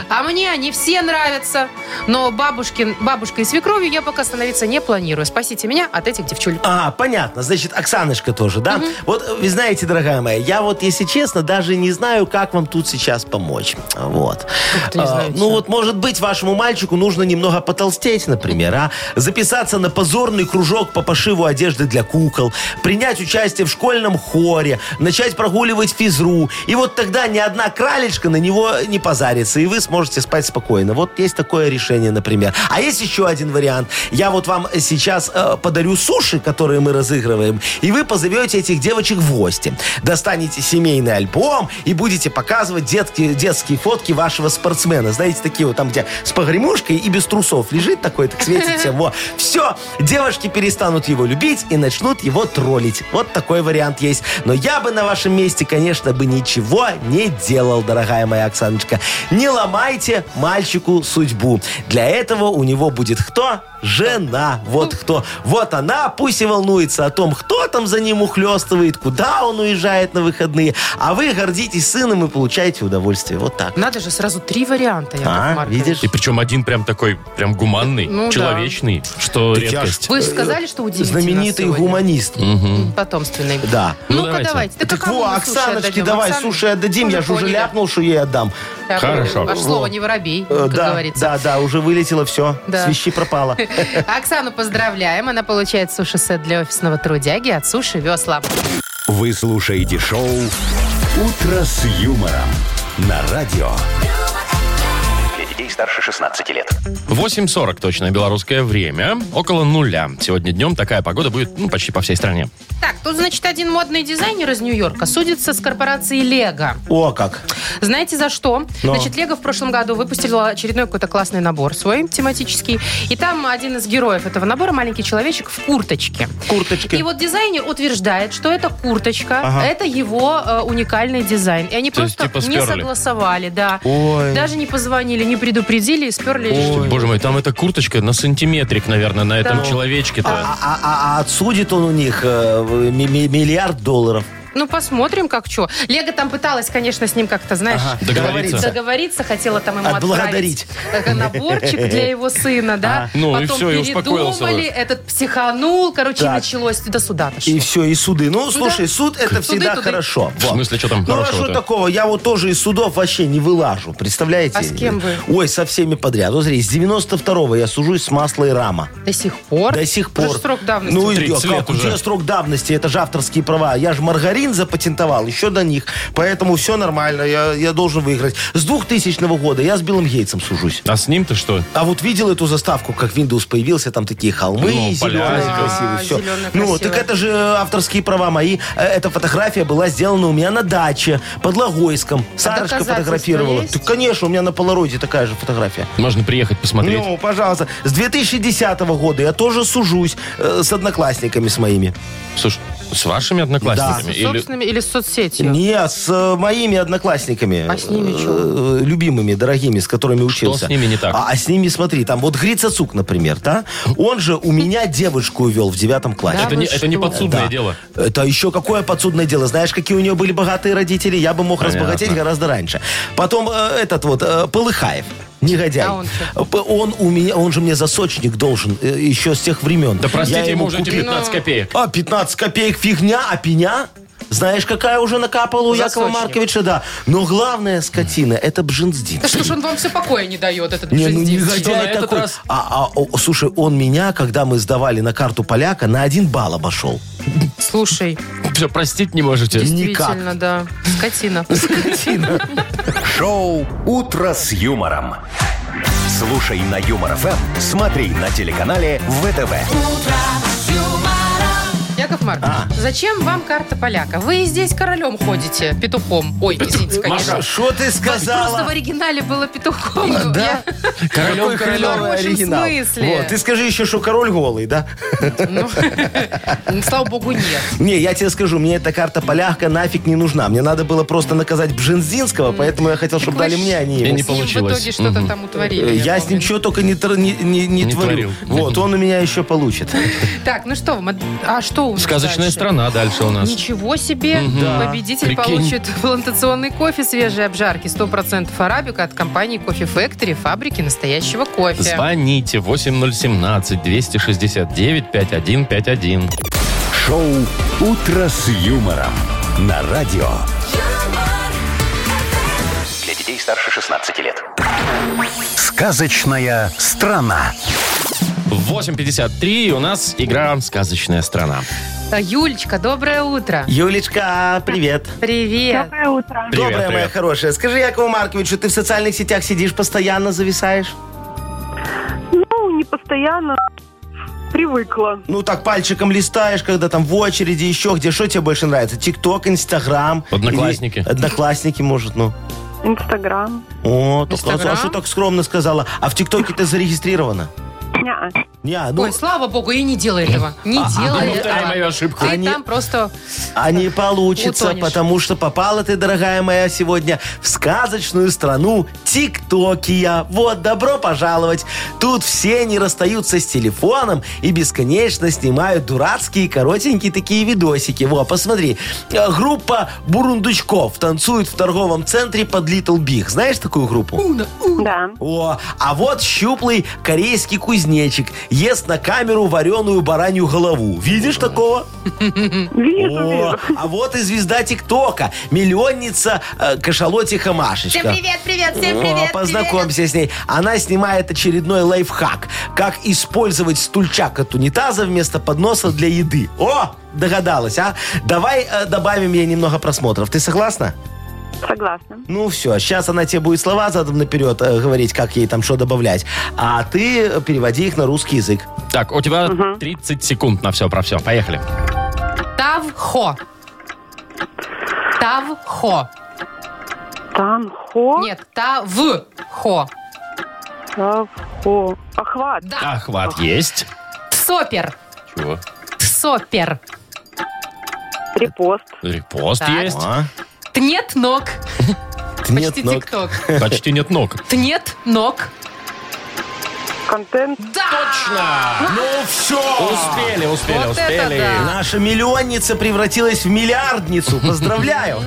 Speaker 3: А мне они все нравятся, но бабушкин, бабушкой и свекровью я пока становиться не планирую. Спасите меня от этих девчуль.
Speaker 4: А, понятно. Значит, Оксаночка тоже, да? Вот, э, вы знаете, дорогая моя, я вот, если честно, даже не знаю, как вам тут сейчас помочь. Вот.
Speaker 3: ты не
Speaker 4: А,
Speaker 3: знаете?
Speaker 4: ну вот, может быть, вашему мальчику нужно немного потолстеть, например, а? Записаться на позорный кружок по пошиву одежды для кукол, принять участие в школьном хоре, начать прогуливать физру. И вот тогда ни одна кралечка на него не позарится, и вы сможете спать спокойно. Вот есть такое решение, например. А есть еще один вариант. Я вот вам сейчас э, подарю суши, которые мы разыгрываем, и вы позовете этих девочек в гости. Достанете семейный альбом и будете показывать детки, детские фотки вашего спортсмена. Знаете, такие вот там, где с погремушкой и без трусов лежит такой, так светится. Во. Все, девушки перестанут его любить и начнут его троллить. Вот такой вариант есть. Но я бы на вашем месте, конечно, бы ничего не делал, дорогая моя Оксаночка. Не ломайте мальчику судьбу. Для этого у него будет кто? Жена. Вот кто. Вот она пусть и волнуется о том, кто там за ним ухлестывает, куда он уезжает на выходные. А вы гордитесь сыном и получаете удовольствие. Вот так.
Speaker 3: Надо же сразу три варианта, Яков
Speaker 4: А,
Speaker 3: Маркович.
Speaker 4: видишь?
Speaker 2: И причем один прям такой, прям гуманный,
Speaker 3: Ну да.
Speaker 2: человечный, что
Speaker 4: Так я ж
Speaker 2: редкость.
Speaker 3: Вы же сказали, что удивительно
Speaker 4: Знаменитый
Speaker 3: сегодня.
Speaker 4: гуманист.
Speaker 3: Потомственный.
Speaker 4: Да.
Speaker 2: Ну,
Speaker 3: Ну-ка,
Speaker 2: давайте.
Speaker 3: давайте. Да
Speaker 4: Так
Speaker 3: какому
Speaker 4: во,
Speaker 3: мы суши
Speaker 4: Оксаночке
Speaker 3: отдадим?
Speaker 4: давай
Speaker 3: Оксане?
Speaker 4: суши отдадим. Я же уже
Speaker 3: поняли.
Speaker 4: ляпнул, что ей отдам.
Speaker 3: Так,
Speaker 2: Хорошо.
Speaker 3: Ваше слово не воробей,
Speaker 4: Э,
Speaker 3: как
Speaker 4: Да,
Speaker 3: говорится.
Speaker 4: да, да, уже вылетело все.
Speaker 3: Да.
Speaker 4: Свищи пропало.
Speaker 3: Оксану поздравляем. Она получает суши-сет для офисного трудяги от Суши Весла.
Speaker 1: Вы слушаете шоу «Утро с юмором» на радио.
Speaker 5: Для детей старше 16 лет.
Speaker 2: 8.40 точное белорусское время. Около нуля. Сегодня днем такая погода будет ну, почти по всей стране.
Speaker 3: Так, тут, значит, один модный дизайнер из Нью-Йорка судится с корпорацией Лего.
Speaker 4: О, как.
Speaker 3: Знаете, за что?
Speaker 4: Но.
Speaker 3: Значит, Лего в прошлом году выпустила очередной какой-то классный набор свой, тематический. И там один из героев этого набора, маленький человечек в курточке.
Speaker 4: Курточки.
Speaker 3: И вот дизайнер утверждает, что это курточка,
Speaker 4: Ага.
Speaker 3: это его э, уникальный дизайн. И они
Speaker 2: То есть,
Speaker 3: просто
Speaker 2: типа,
Speaker 3: не
Speaker 2: сперли.
Speaker 3: согласовали, да.
Speaker 4: Ой.
Speaker 3: Даже не позвонили, не предупредили и сперли.
Speaker 2: Что, боже мой, там эта курточка на сантиметрик, наверное, на этом человечке-то.
Speaker 4: А, а- а- а отсудит он у них э, в- ми- ми- миллиард долларов.
Speaker 3: Ну, посмотрим, как что. Лего там пыталась, конечно, с ним как-то, знаешь...
Speaker 2: Договориться.
Speaker 3: Договориться, хотела там ему
Speaker 4: Отблагодарить.
Speaker 3: отправить, э, наборчик для его сына, да.
Speaker 2: А, ну и
Speaker 3: Потом
Speaker 2: всё, и успокоился
Speaker 3: передумали,
Speaker 2: вот.
Speaker 3: этот психанул, короче,
Speaker 4: Так.
Speaker 3: началось до суда дошло.
Speaker 4: И все, и суды. Ну, слушай, суд это всегда
Speaker 3: туды.
Speaker 4: хорошо.
Speaker 2: В смысле, что там
Speaker 4: Ну, а
Speaker 2: хорошего-то?
Speaker 4: что такого? Я вот тоже из судов вообще не вылажу. Представляете?
Speaker 3: А с кем вы?
Speaker 4: Ой, со всеми подряд. Вот смотри, с 92-го я сужусь с масла и рама.
Speaker 3: До сих пор?
Speaker 4: До сих
Speaker 3: Уже
Speaker 4: пор.
Speaker 3: срок давности.
Speaker 4: Ну, и
Speaker 2: 30
Speaker 4: как?
Speaker 2: лет
Speaker 4: У тебя
Speaker 2: уже.
Speaker 4: срок давности, это же авторские права. Я же маргарин запатентовал еще до них. Поэтому все нормально, я, я должен выиграть. С 2000 года я с Биллом Гейтсом сужусь.
Speaker 2: А с ним-то что?
Speaker 4: А вот видел эту заставку, как Windows появился, там такие холмы
Speaker 2: Ну,
Speaker 4: зеленые,
Speaker 2: поля.
Speaker 3: Да,
Speaker 4: красивые, все.
Speaker 3: зелёные,
Speaker 4: Ну,
Speaker 3: красивые.
Speaker 4: так это же авторские права мои. Э, Эта фотография была сделана у меня на даче, под Логойском. Сарочка
Speaker 3: А доказательства
Speaker 4: фотографировала.
Speaker 3: есть?
Speaker 4: Да, конечно, у меня на полароиде такая же фотография.
Speaker 2: Можно приехать посмотреть.
Speaker 4: Ну, пожалуйста. С 2010 года я тоже сужусь э, с одноклассниками с моими.
Speaker 2: Слушай, с вашими одноклассниками?
Speaker 3: С
Speaker 2: Или-
Speaker 3: собственными или с соцсетью?
Speaker 4: Не, с э, моими одноклассниками.
Speaker 3: А с ними
Speaker 4: Э,
Speaker 3: чего?
Speaker 4: э, Любимыми, дорогими, с которыми учился.
Speaker 2: с ними не так?
Speaker 4: А, а с ними, смотри, там вот Грицацук, например, да? Он же у меня девушку увел в девятом классе.
Speaker 3: Да
Speaker 2: Это, не,
Speaker 3: вы
Speaker 2: это не
Speaker 3: что?
Speaker 2: подсудное
Speaker 4: Да.
Speaker 2: дело.
Speaker 4: Это еще какое подсудное дело. Знаешь, какие у нее были богатые родители? Я бы мог
Speaker 2: Понятно.
Speaker 4: разбогатеть гораздо раньше. Потом э, этот вот э, Полыхаев. Негодяй. Э,
Speaker 3: А он
Speaker 4: П- он, у меня, он же мне засочник должен э, еще с тех времен.
Speaker 2: Да простите,
Speaker 4: Я
Speaker 2: ему уже эти
Speaker 4: купил-
Speaker 2: 15 копеек.
Speaker 4: а, 15 копеек фигня, а пеня? Знаешь, какая уже накапала у Якова
Speaker 3: Засочник.
Speaker 4: Марковича, да. Но главное, скотина, это Бженздин.
Speaker 3: Да что ж он вам все покоя не дает, этот
Speaker 4: Не, ну
Speaker 3: бжензин?
Speaker 2: Что, на
Speaker 4: негодяй
Speaker 2: этот
Speaker 4: такой.
Speaker 2: раз?
Speaker 4: А, а, о, слушай, он меня, когда мы сдавали на карту поляка, на один балл обошел.
Speaker 3: Слушай,
Speaker 2: Все, простить не можете.
Speaker 3: действительно, да. Скотина.
Speaker 1: Шоу «Утро с юмором». Слушай на Юмор ФМ, смотри на телеканале ВТВ.
Speaker 3: Яков Маркович,
Speaker 4: А.
Speaker 3: зачем вам карта поляка? Вы и здесь королем ходите, петухом. Ой, извините, конечно.
Speaker 4: А Что ты
Speaker 3: Просто в
Speaker 4: сказала?
Speaker 3: оригинале было петухом.
Speaker 4: Да?
Speaker 3: Я-
Speaker 2: Королем королем.
Speaker 3: хреново.
Speaker 4: Какой хреновый
Speaker 3: хорошем
Speaker 4: оригинал.
Speaker 3: смысле.
Speaker 4: Вот, ты скажи еще, что король голый, да?
Speaker 3: ну, Слава богу, нет.
Speaker 4: Не, я тебе скажу, мне эта карта поляка нафиг не нужна. Мне надо было просто наказать Бжензинского, поэтому я хотел, чтобы
Speaker 3: Так вы
Speaker 4: дали
Speaker 3: ж
Speaker 4: мне, а не
Speaker 2: И
Speaker 4: ему.
Speaker 2: не
Speaker 3: с ним
Speaker 2: получилось.
Speaker 3: в итоге что-то
Speaker 2: Мгм.
Speaker 3: там
Speaker 4: Э,
Speaker 3: утворили.
Speaker 4: Я с ним
Speaker 3: помню.
Speaker 4: что только не, тор- не, не- не
Speaker 2: Не
Speaker 4: творю.
Speaker 2: творил.
Speaker 4: Вот, он у меня еще получит.
Speaker 3: Так, ну что, мы- а что у нас
Speaker 2: Сказочная
Speaker 3: дальше?
Speaker 2: страна дальше у нас.
Speaker 3: Ничего себе! Победитель
Speaker 2: Прикинь.
Speaker 3: получит плантационный кофе свежей обжарки 100% арабика от компании Coffee Factory, фабрики настоящего кофе.
Speaker 2: Звоните 8017-269-5151.
Speaker 1: Шоу «Утро с юмором» на радио.
Speaker 5: Для детей старше 16 лет.
Speaker 1: Сказочная страна.
Speaker 2: 8.53 и у нас игра «Сказочная страна».
Speaker 3: А, Юлечка, доброе утро!
Speaker 4: Юлечка, привет.
Speaker 3: Привет!
Speaker 6: Доброе утро.
Speaker 2: Привет,
Speaker 4: Добрая моя
Speaker 2: привет.
Speaker 4: хорошая. Скажи, Якову Марковичу, ты в социальных сетях сидишь, постоянно зависаешь?
Speaker 6: постоянно Ну, привыкла.
Speaker 4: Ну, так пальчиком листаешь, когда там в очереди, еще где. Что тебе больше нравится? Тикток, Инстаграм? или-
Speaker 2: Одноклассники.
Speaker 4: Одноклассники, может, ну.
Speaker 6: Инстаграм.
Speaker 4: О, так, а- а
Speaker 3: Инстаграм?
Speaker 4: что так скромно сказала? А в ТикТоке ты зарегистрирована?
Speaker 6: Неа.
Speaker 4: Не, ну,
Speaker 3: Ой, слава богу, и не делай этого. Не делай
Speaker 2: ну, повторяй
Speaker 3: этого.
Speaker 2: мою ошибку.
Speaker 3: Ты
Speaker 4: Они-
Speaker 3: там просто...
Speaker 4: а не получится,
Speaker 3: Утонешь.
Speaker 4: потому что попала ты, дорогая моя, сегодня в сказочную страну ТикТокия. Вот, добро пожаловать. Тут все не расстаются с телефоном и бесконечно снимают дурацкие, коротенькие такие видосики. Во, посмотри. Э, Группа бурундучков танцует в торговом центре под Литл Биг. Знаешь такую группу?
Speaker 6: Да.
Speaker 4: О, а вот щуплый корейский кузнечик ест на камеру вареную баранью голову. Видишь такого?
Speaker 6: Вижу,
Speaker 4: О,
Speaker 6: вижу.
Speaker 4: а вот и звезда ТикТока, миллионница э, кошалотиха Машечка.
Speaker 8: Всем привет, привет, всем
Speaker 4: О,
Speaker 8: привет. привет.
Speaker 4: познакомься с ней. Она снимает очередной лайфхак. Как использовать стульчак от унитаза вместо подноса для еды. О, догадалась, а? Давай э, добавим ей немного просмотров. Ты согласна?
Speaker 6: Согласна.
Speaker 4: Ну все, сейчас она тебе будет слова задом наперед э, говорить, как ей там что добавлять. А ты э, переводи их на русский язык.
Speaker 2: Так, у тебя 30 секунд на все про все. Поехали.
Speaker 3: Тавхо. Тавхо.
Speaker 6: Там хо.
Speaker 3: Нет, тавхо.
Speaker 6: там, хо. Охват.
Speaker 2: А.
Speaker 3: Да.
Speaker 2: Охват есть.
Speaker 3: Сопер.
Speaker 2: Чего?
Speaker 3: Сопер.
Speaker 6: Репост.
Speaker 2: Репост
Speaker 3: Так.
Speaker 2: есть.
Speaker 4: А?
Speaker 3: Тнет ног. Почти
Speaker 4: ног.
Speaker 3: тикток.
Speaker 2: Почти нет ног.
Speaker 3: Тнет ног.
Speaker 6: Контент.
Speaker 3: Да!
Speaker 4: Ну все!
Speaker 2: Успели, успели,
Speaker 3: Вот это
Speaker 2: успели.
Speaker 3: да.
Speaker 4: Наша миллионница превратилась в миллиардницу. Поздравляю!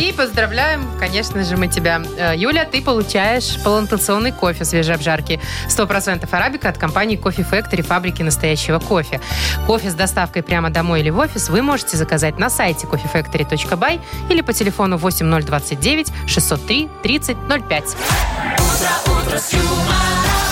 Speaker 3: И поздравляем, конечно же, мы тебя. Э, Юля, ты получаешь плантационный кофе свежей обжарки 100% арабика от компании Coffee Factory, фабрики настоящего кофе. Кофе с доставкой прямо домой или в офис вы можете заказать на сайте coffeefactory.by или по телефону 8029 603 3005.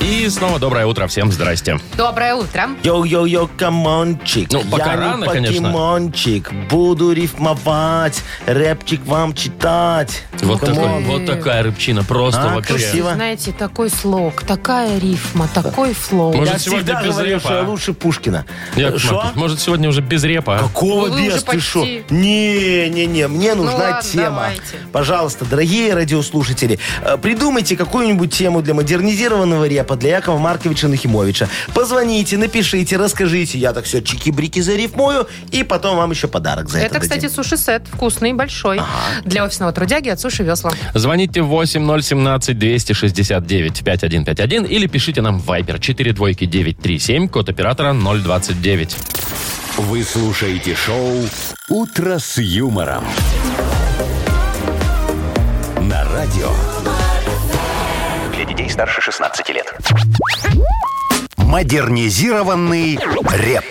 Speaker 2: И снова доброе утро всем. Здрасте.
Speaker 3: Доброе утро.
Speaker 4: Йо-йо-йо, камончик.
Speaker 2: Ну, пока
Speaker 4: Я
Speaker 2: рано,
Speaker 4: не
Speaker 2: конечно.
Speaker 4: покемончик. Буду рифмовать, рэпчик вам читать.
Speaker 2: Вот,
Speaker 4: Камон.
Speaker 2: такой, вот такая рыбчина. Просто
Speaker 4: А,
Speaker 2: вообще.
Speaker 4: красиво.
Speaker 3: Знаете, такой слог, такая рифма, такой флоу.
Speaker 2: Может,
Speaker 4: Я
Speaker 2: сегодня
Speaker 4: всегда
Speaker 2: без
Speaker 4: говорю,
Speaker 2: рэпа,
Speaker 4: что я
Speaker 2: а?
Speaker 4: лучше Пушкина.
Speaker 2: Яков
Speaker 4: Шо?
Speaker 2: Маркович, может, сегодня уже без репа? а?
Speaker 4: Какого
Speaker 3: Ну, вы уже
Speaker 4: без? Ты
Speaker 3: почти. Ну
Speaker 4: шо? Не-не-не, мне нужна
Speaker 3: ладно,
Speaker 4: тема.
Speaker 3: давайте.
Speaker 4: Пожалуйста, дорогие радиослушатели, э, придумайте какую-нибудь тему для модернизированного репа для Якова Марковича Нахимовича. Позвоните, напишите, расскажите. Я так все чики-брики зарифмую, и потом вам еще подарок за это
Speaker 3: Это, кстати,
Speaker 4: дадим.
Speaker 3: суши-сет вкусный, большой. Для офисного трудяги от суши весла.
Speaker 2: Звоните 8017-269-5151 или пишите нам в Viber 42937, код оператора 029.
Speaker 1: Вы слушаете шоу «Утро с юмором». На радио
Speaker 5: Для детей старше 16 лет.
Speaker 1: «Модернизированный реп».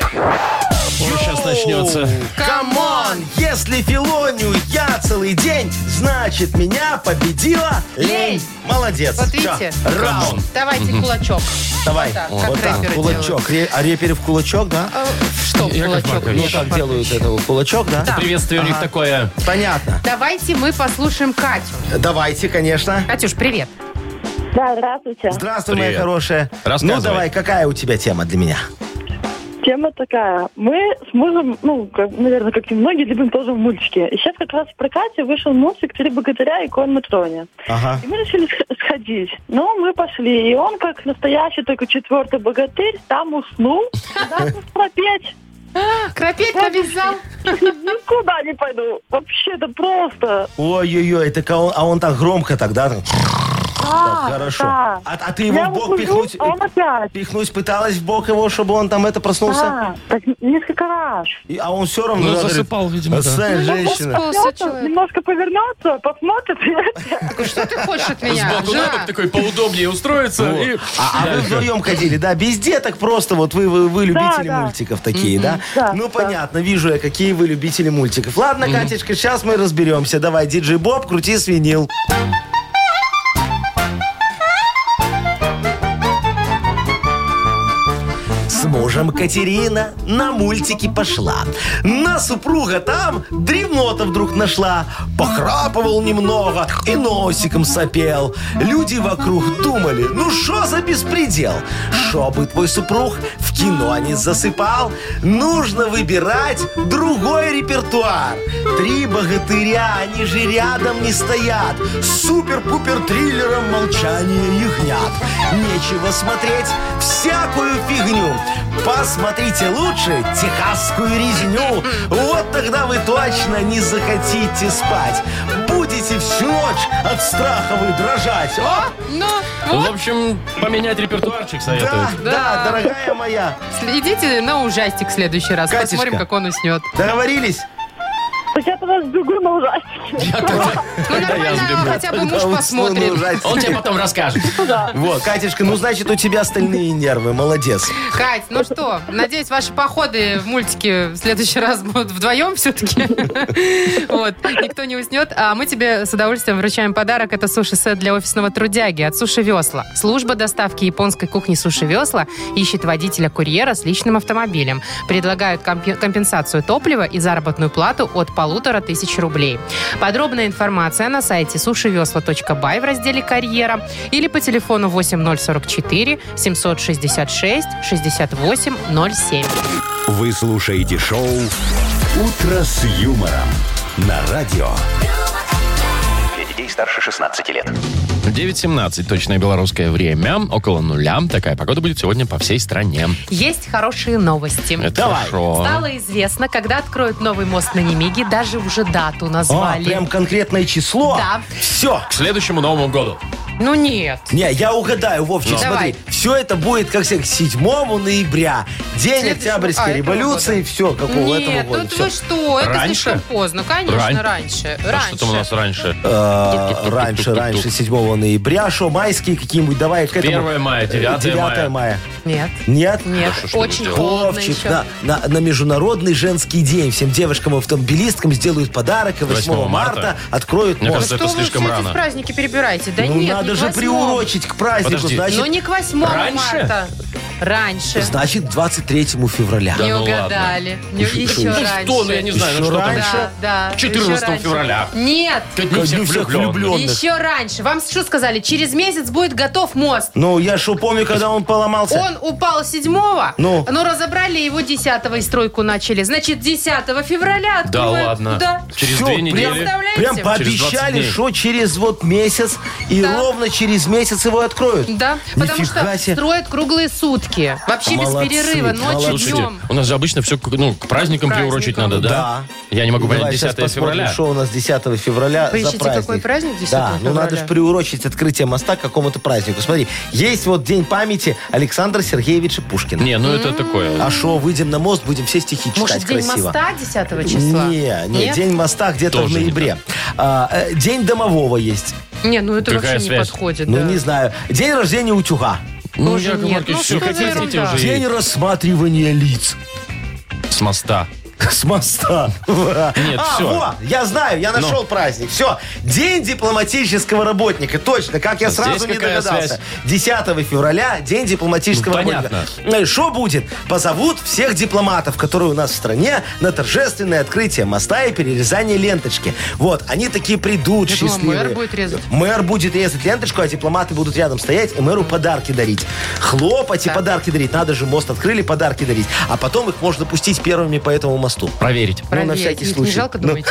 Speaker 2: Сейчас начнется.
Speaker 4: Камон! Если Филонию я целый день, значит, меня победила лень.
Speaker 3: Лень.
Speaker 4: Молодец.
Speaker 3: Вот
Speaker 4: Всё,
Speaker 3: видите?
Speaker 4: Раунд.
Speaker 3: Давайте кулачок.
Speaker 4: Давай.
Speaker 3: Вот так,
Speaker 4: Вот
Speaker 3: как
Speaker 4: так,
Speaker 3: рэперы
Speaker 4: кулачок. Ре- А реперы в кулачок, да?
Speaker 3: А, Что в
Speaker 2: Э, Яков
Speaker 3: кулачок?
Speaker 2: Маркович.
Speaker 4: Ну, так делают этого кулачок, да?
Speaker 2: Приветствие у них такое.
Speaker 4: Понятно.
Speaker 3: Давайте мы послушаем Катю.
Speaker 4: Давайте, конечно.
Speaker 3: Катюш, привет.
Speaker 6: Да, здравствуйте.
Speaker 4: Здравствуй,
Speaker 2: Привет.
Speaker 4: моя хорошая.
Speaker 2: Рассказывай.
Speaker 4: Ну, давай, какая у тебя тема для меня?
Speaker 6: Тема такая. Мы с мужем, ну, как, наверное, как и многие, любим тоже мультики. И сейчас как раз в прокате вышел мультик «Три богатыря и конь на троне».
Speaker 4: Ага.
Speaker 6: И мы решили сх- сходить. Но мы пошли, и он, как настоящий только четвертый богатырь, там уснул. Куда тут пропеть?
Speaker 3: Крапеть навязал.
Speaker 6: Никуда не пойду. Вообще, это просто.
Speaker 4: Ой-ой-ой, так а он, а он так громко тогда. так,
Speaker 6: Да,
Speaker 4: хорошо.
Speaker 6: да.
Speaker 4: А, а ты его
Speaker 6: Я
Speaker 4: в бок
Speaker 6: ухожу,
Speaker 4: пихнуть,
Speaker 6: а он опять.
Speaker 4: пихнуть пыталась в бок его, чтобы он там это проснулся?
Speaker 6: Да, так несколько раз.
Speaker 4: И- а он все равно...
Speaker 2: А. Ну,
Speaker 4: да, говорит,
Speaker 2: засыпал, видимо, да. Ну,
Speaker 4: «Отстань, женщина.
Speaker 3: Успокоился
Speaker 6: Просто
Speaker 3: Ну, человек.
Speaker 6: Немножко повернется, посмотрит. и-
Speaker 3: Что Ну, ты хочешь от меня?
Speaker 2: Сбоку на бок
Speaker 3: жена?
Speaker 2: такой поудобнее устроиться. и-
Speaker 4: А, а вы вдвоем ходили, да, без деток просто, вот вы, вы, вы любители
Speaker 6: да.
Speaker 4: мультиков такие, да?
Speaker 6: Да,
Speaker 4: ну,
Speaker 6: да.
Speaker 4: понятно, вижу я, какие вы любители мультиков. Ладно, Катечка, сейчас мы разберемся. Давай, диджей Боб, крути свинил. мужем Катерина на мультики пошла. На супруга там древнота вдруг нашла. Похрапывал немного и носиком сопел. Люди вокруг думали, ну что за беспредел? Шо бы твой супруг в кино не засыпал? Нужно выбирать другой репертуар. Три богатыря, они же рядом не стоят. Супер-пупер триллером молчание ягнят. Нечего смотреть всякую фигню. Посмотрите лучше техасскую резню. Вот тогда вы точно не захотите спать. Будете всю ночь от страха вы дрожать. О!
Speaker 3: Ну,
Speaker 2: В
Speaker 3: вот,
Speaker 2: общем, поменять репертуарчик
Speaker 4: Да,
Speaker 2: советуют.
Speaker 4: да,
Speaker 3: Да.
Speaker 4: дорогая моя.
Speaker 3: следите на ужастик в следующий раз.
Speaker 4: Катюшка.
Speaker 3: Посмотрим, как он уснет.
Speaker 4: Договорились?
Speaker 6: Хотя тогда сбегу на ужастики.
Speaker 3: Ну,
Speaker 2: Когда я
Speaker 3: нормально,
Speaker 2: сбегу.
Speaker 3: хотя бы муж
Speaker 4: Да, он
Speaker 3: посмотрит.
Speaker 4: словно ужастик.
Speaker 2: Он тебе потом расскажет.
Speaker 4: Вот, Катюшка, ну значит у тебя стальные нервы, молодец.
Speaker 3: Кать, ну что, надеюсь, ваши походы в мультике в следующий раз будут вдвоем все-таки. Вот, никто не уснет. А мы тебе с удовольствием вручаем подарок. Это суши-сет для офисного трудяги от Суши Весла. Служба доставки японской кухни Суши Весла ищет водителя-курьера с личным автомобилем. Предлагают компе- компенсацию топлива и заработную плату от полутора тысяч рублей. Подробная информация на сайте сушивесла.бай в разделе «Карьера» или по телефону 8044 766 6807.
Speaker 1: Вы слушаете шоу «Утро с юмором» на радио.
Speaker 5: Для детей старше 16 лет.
Speaker 2: 9.17, точное белорусское время, около нуля. Такая погода будет сегодня по всей стране.
Speaker 3: Есть хорошие новости.
Speaker 2: Это
Speaker 4: Давай.
Speaker 2: хорошо.
Speaker 3: Стало известно, когда откроют новый мост на Немиге, даже уже дату
Speaker 4: А,
Speaker 3: назвали.
Speaker 4: прям конкретное число?
Speaker 3: Да.
Speaker 4: Все.
Speaker 2: К следующему Новому году.
Speaker 3: Ну нет.
Speaker 4: Не, я угадаю, Вовчик,
Speaker 3: Ну.
Speaker 4: смотри.
Speaker 3: Давай.
Speaker 4: Все это будет, как всегда, к 7 ноября. День
Speaker 3: Следующего- а,
Speaker 4: Октябрьской
Speaker 3: этого
Speaker 4: революции,
Speaker 3: года.
Speaker 4: все, какого этого
Speaker 3: Нет,
Speaker 4: года.
Speaker 3: ну
Speaker 4: всё.
Speaker 3: вы что, это
Speaker 2: Раньше?
Speaker 3: слишком поздно. Конечно,
Speaker 2: Рань-
Speaker 3: раньше.
Speaker 2: А
Speaker 3: Э, Раньше.
Speaker 2: что там у нас раньше?
Speaker 4: А, Раньше, раньше, 7 ноября, шо, майские какие-нибудь, давай к этому.
Speaker 2: 1 мая, 9 мая.
Speaker 4: мая.
Speaker 3: Нет.
Speaker 4: Нет?
Speaker 3: Нет,
Speaker 2: Да что ж ты
Speaker 3: очень
Speaker 2: делаешь?
Speaker 3: холодно
Speaker 4: Вовчик,
Speaker 3: еще.
Speaker 4: на, на, на Международный женский день всем девушкам-автомобилисткам сделают подарок, и 8,
Speaker 2: 8 марта
Speaker 4: марта, откроют
Speaker 2: Мне
Speaker 4: мост.
Speaker 2: кажется,
Speaker 3: Ну что
Speaker 2: это
Speaker 3: вы
Speaker 2: слишком
Speaker 3: все
Speaker 2: рано.
Speaker 3: эти праздники перебираете? Да
Speaker 4: ну,
Speaker 3: нет, не
Speaker 4: надо
Speaker 3: к
Speaker 4: же
Speaker 3: восьмому.
Speaker 4: приурочить к празднику,
Speaker 2: Подожди.
Speaker 4: значит,
Speaker 3: Ну не к 8
Speaker 2: Раньше?
Speaker 3: марта. Раньше.
Speaker 4: значит, 23 февраля.
Speaker 2: Да
Speaker 3: Не
Speaker 2: ну ладно.
Speaker 3: угадали. Не-
Speaker 4: Еще-
Speaker 3: Еще
Speaker 4: еще-
Speaker 2: Ну
Speaker 3: раньше.
Speaker 2: что, ну я не знаю, ну
Speaker 4: Еще
Speaker 2: что там.
Speaker 4: раньше?
Speaker 2: еще?
Speaker 3: Да, да.
Speaker 2: 14
Speaker 3: еще раньше.
Speaker 2: февраля.
Speaker 3: Нет.
Speaker 2: Ко дню
Speaker 4: Ко
Speaker 2: всех
Speaker 4: дню всех
Speaker 2: влюбленных.
Speaker 4: влюбленных.
Speaker 3: Еще раньше. Вам что сказали? Через месяц будет готов мост.
Speaker 4: Ну, я что помню, когда он поломался.
Speaker 3: Он упал 7
Speaker 4: Ну?
Speaker 3: но разобрали его 10 и стройку начали. Значит, 10 февраля
Speaker 2: Да
Speaker 3: открывают.
Speaker 2: ладно.
Speaker 3: Да.
Speaker 2: Через
Speaker 4: Всё,
Speaker 2: две
Speaker 4: прям-
Speaker 2: недели.
Speaker 3: Представляете?
Speaker 4: Прям
Speaker 2: Через 20
Speaker 4: пообещали,
Speaker 2: дней.
Speaker 4: что через вот месяц, и
Speaker 3: Да.
Speaker 4: ровно через месяц его откроют.
Speaker 3: Да, потому
Speaker 4: Нифига
Speaker 3: что
Speaker 4: себе.
Speaker 3: строят круглые сутки. Вообще
Speaker 4: Молодцы,
Speaker 3: без перерыва, ночью,
Speaker 4: молодцы.
Speaker 2: Слушайте,
Speaker 3: днем.
Speaker 2: у нас же обычно все ну, к праздникам
Speaker 3: К праздникам.
Speaker 2: приурочить надо, да?
Speaker 4: Да.
Speaker 2: Я не могу понять,
Speaker 4: Давай сейчас
Speaker 2: 10
Speaker 4: посмотрим,
Speaker 2: февраля.
Speaker 4: что у нас 10 февраля
Speaker 3: Поищите,
Speaker 4: за праздник.
Speaker 3: какой праздник 10
Speaker 4: Да, ну
Speaker 3: февраля.
Speaker 4: надо же приурочить открытие моста к какому-то празднику. Смотри, есть вот День памяти Александра Сергеевича Пушкина.
Speaker 2: Не, ну это такое.
Speaker 4: А шо, выйдем на мост, будем все стихи читать
Speaker 3: Может, День
Speaker 4: красиво.
Speaker 3: моста 10 числа?
Speaker 4: Не, не,
Speaker 3: Нет?
Speaker 4: День моста где-то в
Speaker 2: Тоже не
Speaker 4: ноябре. А, э, день домового есть.
Speaker 3: Не, ну это
Speaker 2: Какая
Speaker 3: вообще не
Speaker 2: связь?
Speaker 3: подходит.
Speaker 4: Ну,
Speaker 3: да.
Speaker 4: не знаю. День рождения утюга.
Speaker 2: Ну,
Speaker 3: тоже
Speaker 2: Яков
Speaker 3: нет.
Speaker 2: Маркович,
Speaker 3: Ну,
Speaker 2: все,
Speaker 3: что за
Speaker 2: хотите
Speaker 3: ерунда?
Speaker 2: уже
Speaker 4: День
Speaker 2: и
Speaker 4: рассматривания лиц.
Speaker 2: с моста.
Speaker 4: С моста.
Speaker 2: Нет,
Speaker 4: а,
Speaker 2: всё. Ну.
Speaker 4: во, я знаю, я нашел праздник. Все, День дипломатического работника. Точно, как я
Speaker 2: Здесь
Speaker 4: сразу не
Speaker 2: какая
Speaker 4: догадался. 10 февраля, День дипломатического
Speaker 2: Ну,
Speaker 4: работника. Что будет? Позовут всех дипломатов, которые у нас в стране, на торжественное открытие моста и перерезание ленточки. Вот, они такие придут
Speaker 3: Я думала,
Speaker 4: счастливые.
Speaker 3: мэр будет резать.
Speaker 4: Мэр будет резать ленточку, а дипломаты будут рядом стоять и мэру подарки дарить. Хлопать и
Speaker 3: Так.
Speaker 4: подарки дарить. Надо же, мост открыли, подарки дарить. А потом их можно пустить первыми по этому мосту.
Speaker 2: Проверить.
Speaker 4: Ну, на
Speaker 3: Проверить.
Speaker 4: всякий
Speaker 3: Их Не
Speaker 4: случай.
Speaker 3: жалко,
Speaker 4: Ну.
Speaker 3: думаете?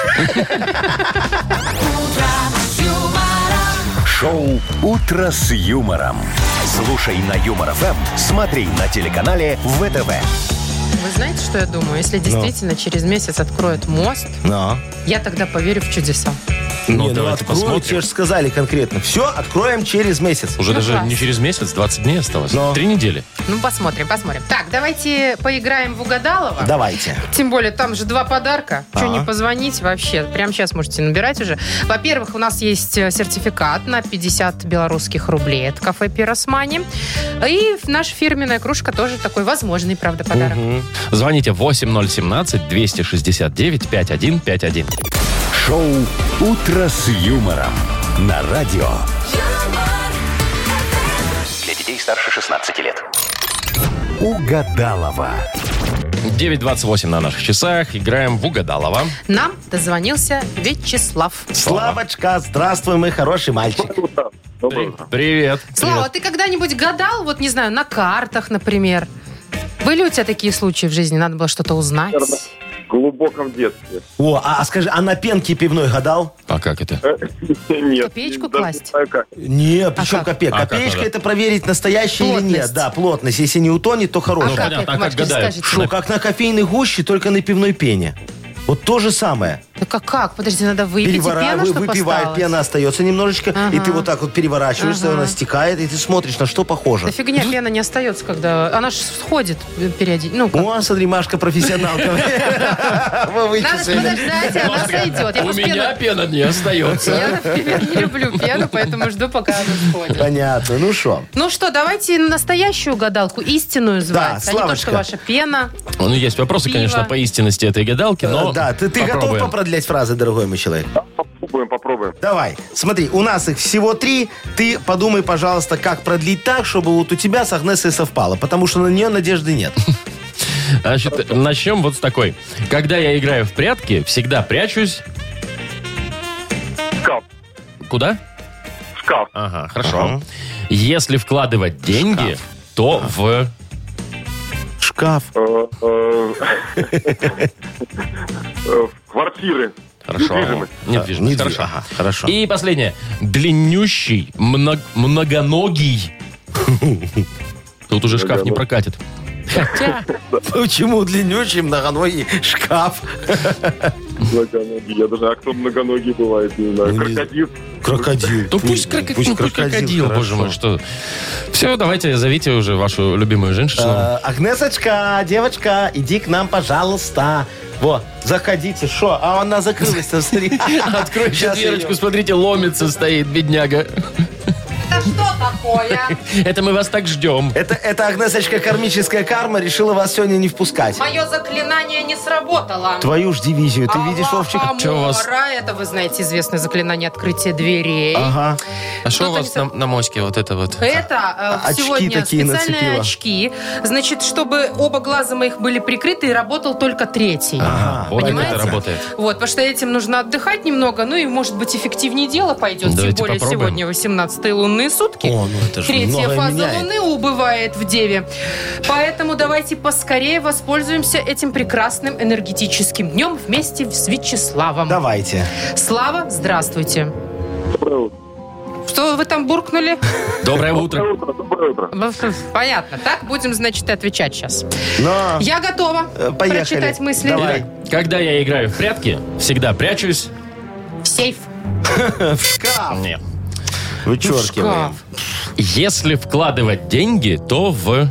Speaker 1: Шоу «Утро с юмором». Слушай на Юмор ФМ, смотри на телеканале ВТВ.
Speaker 3: Вы знаете, что я думаю?
Speaker 4: Ну.
Speaker 3: Если действительно через месяц откроют мост,
Speaker 4: Да.
Speaker 3: я тогда поверю в чудеса.
Speaker 2: Ну,
Speaker 4: Не,
Speaker 2: давайте
Speaker 4: откроют,
Speaker 2: посмотрим.
Speaker 4: тебе же сказали конкретно. Все, откроем через месяц.
Speaker 2: Уже
Speaker 3: Ну,
Speaker 2: даже
Speaker 3: класс.
Speaker 2: не через месяц, 20 дней осталось.
Speaker 4: Но.
Speaker 2: Три недели.
Speaker 3: Ну, посмотрим, посмотрим. Так, давайте поиграем в угадалово.
Speaker 4: Давайте.
Speaker 3: Тем более, там же два подарка. Что не позвонить вообще? Прямо сейчас можете набирать уже. Во-первых, у нас есть э, сертификат на 50 белорусских рублей от кафе «Пиросмани». И наша фирменная кружка тоже такой возможный, правда, подарок.
Speaker 2: Звоните 8017-269-5151.
Speaker 1: Шоу «Утро с юмором» на радио.
Speaker 5: Для детей старше 16 лет.
Speaker 1: Угадалова.
Speaker 2: 9.28 на наших часах. Играем в Угадалова.
Speaker 3: Нам дозвонился Вячеслав.
Speaker 4: Славочка, здравствуй, мой хороший мальчик.
Speaker 7: Доброе утро.
Speaker 2: Привет.
Speaker 3: Слава, а ты когда-нибудь гадал, вот не знаю, на картах, например? Были у тебя такие случаи в жизни? Надо было что-то узнать. А
Speaker 7: Верно. В глубоком детстве.
Speaker 4: О, а, а скажи, а на пенке пивной гадал?
Speaker 2: А как это?
Speaker 7: Нет.
Speaker 3: Копеечку
Speaker 7: даже не
Speaker 3: класть?
Speaker 7: знаю, как.
Speaker 4: Не, причем
Speaker 3: как?
Speaker 4: копеек.
Speaker 2: А как
Speaker 4: Копеечка
Speaker 2: надо?
Speaker 4: это проверить, настоящая или нет.
Speaker 3: Плотность.
Speaker 4: Да, плотность. Если не утонет, то
Speaker 3: А
Speaker 4: хорошая.
Speaker 3: как,
Speaker 2: понятно,
Speaker 3: Яков
Speaker 2: а как
Speaker 3: Маркович,
Speaker 2: гадают?
Speaker 3: скажете?
Speaker 4: Шо, как на кофейной гуще, только на пивной пене. Вот то же самое.
Speaker 3: Ну как, как? Подожди, надо выпить и
Speaker 4: Переворачивай,
Speaker 3: пену, чтобы
Speaker 4: выпивает,
Speaker 3: осталось?
Speaker 4: пена остается немножечко, и
Speaker 3: Ага.
Speaker 4: ты вот так вот переворачиваешься,
Speaker 3: Ага.
Speaker 4: она стекает, и ты смотришь, на что
Speaker 3: Да
Speaker 4: похоже.
Speaker 3: фигня, пена не остается, когда... Она же сходит периодически. Ну, как?
Speaker 4: О, смотри, Машка профессионалка. Вы
Speaker 3: Надо
Speaker 4: вычислили.
Speaker 3: подождать, она сойдет. Я
Speaker 2: У
Speaker 3: просто пену...
Speaker 2: меня пена не остается.
Speaker 3: Я, например, не люблю пену, поэтому жду, пока она сходит.
Speaker 4: Понятно, ну что.
Speaker 3: Ну что, давайте настоящую гадалку, истинную звать, а не то,
Speaker 4: Славочка.
Speaker 3: что ваша пена.
Speaker 2: Ну, есть вопросы,
Speaker 3: Пиво.
Speaker 2: конечно, по истинности этой гадалки, но
Speaker 4: Э, Да, ты ты готов
Speaker 2: Ну, попробуем.
Speaker 4: попродлять фразы, дорогой мой человек?
Speaker 7: Да, Попробуем, попробуем.
Speaker 4: Давай, смотри, у нас их всего три. Ты подумай, пожалуйста, как продлить так, чтобы вот у тебя с Агнесой совпало, потому что на нее надежды нет.
Speaker 2: Значит, начнем вот с такой. Когда я играю в прятки, всегда прячусь...
Speaker 7: Шкаф.
Speaker 2: Куда?
Speaker 7: Шкаф.
Speaker 2: Ага, хорошо. Если вкладывать деньги, то в...
Speaker 4: Шкаф.
Speaker 7: Э, э, э, в Квартиры.
Speaker 2: Хорошо.
Speaker 7: Недвижимость.
Speaker 2: Недвижимость.
Speaker 4: Недвиж-
Speaker 2: Хорошо.
Speaker 4: Ага, хорошо.
Speaker 2: И последнее. Длиннющий, мно- многоногий. Тут уже шкаф не прокатит. Хотя...
Speaker 4: Почему длиннючий многоногий шкаф?
Speaker 7: Многоногий. Я даже, а кто многоногий бывает, не знаю.
Speaker 4: Ну, не-
Speaker 7: Крокодил.
Speaker 4: Крокодил.
Speaker 2: Ну пусть, крок-
Speaker 4: Пусть
Speaker 2: ну, пусть крокодил,
Speaker 4: хорошо.
Speaker 2: боже мой, что... Все, давайте зовите уже вашу любимую женщину.
Speaker 4: Э, Агнесочка, девочка, иди к нам, пожалуйста. Во, заходите. Шо? А она закрылась. Смотри.
Speaker 2: Открой
Speaker 4: Щас
Speaker 2: дверочку,
Speaker 4: её.
Speaker 2: смотрите, ломится стоит, бедняга.
Speaker 3: Это что такое?
Speaker 2: Это мы вас так ждем.
Speaker 4: Это, это Агнесочка кармическая карма решила вас сегодня не впускать.
Speaker 3: Мое заклинание не сработало.
Speaker 4: Твою ж дивизию. Ты видишь, Вовчик?
Speaker 2: чё у вас?
Speaker 3: Это, вы знаете, известное заклинание открытия дверей.
Speaker 4: Ага.
Speaker 8: А
Speaker 2: Ну,
Speaker 8: что у
Speaker 3: Кто-то
Speaker 8: вас
Speaker 3: не
Speaker 8: на, на моське вот это вот?
Speaker 3: Это э,
Speaker 4: А Очки
Speaker 3: сегодня
Speaker 4: такие
Speaker 3: специальные
Speaker 4: нацепила.
Speaker 3: очки. Значит, чтобы оба глаза моих были прикрыты и работал только третий.
Speaker 4: Ага,
Speaker 2: Вот как А, это
Speaker 3: понимаете?
Speaker 2: работает.
Speaker 3: Вот, потому что этим нужно отдыхать немного, ну и, может быть, эффективнее дело пойдет.
Speaker 2: Давайте
Speaker 3: Тем более
Speaker 2: попробуем.
Speaker 3: сегодня 18 лунные сутки.
Speaker 4: О, ну это ж
Speaker 3: Третья
Speaker 4: многое
Speaker 3: фаза
Speaker 4: меняет.
Speaker 3: Луны убывает в Деве. Поэтому давайте поскорее воспользуемся этим прекрасным энергетическим днем вместе с Вячеславом.
Speaker 4: Давайте.
Speaker 3: Слава, здравствуйте.
Speaker 7: Доброе утро.
Speaker 3: Что вы там буркнули? Ну,
Speaker 2: Доброе утро.
Speaker 7: Доброе утро. Доброе утро.
Speaker 3: Понятно. Так будем, значит, и отвечать сейчас.
Speaker 4: Но...
Speaker 3: Я готова
Speaker 4: Э, поехали.
Speaker 3: прочитать мысли.
Speaker 4: Давай.
Speaker 2: Когда я играю в прятки, всегда прячусь.
Speaker 3: В сейф.
Speaker 4: В шкаф.
Speaker 2: Не.
Speaker 4: Вычеркиваем.
Speaker 3: В
Speaker 2: Если вкладывать деньги, то в...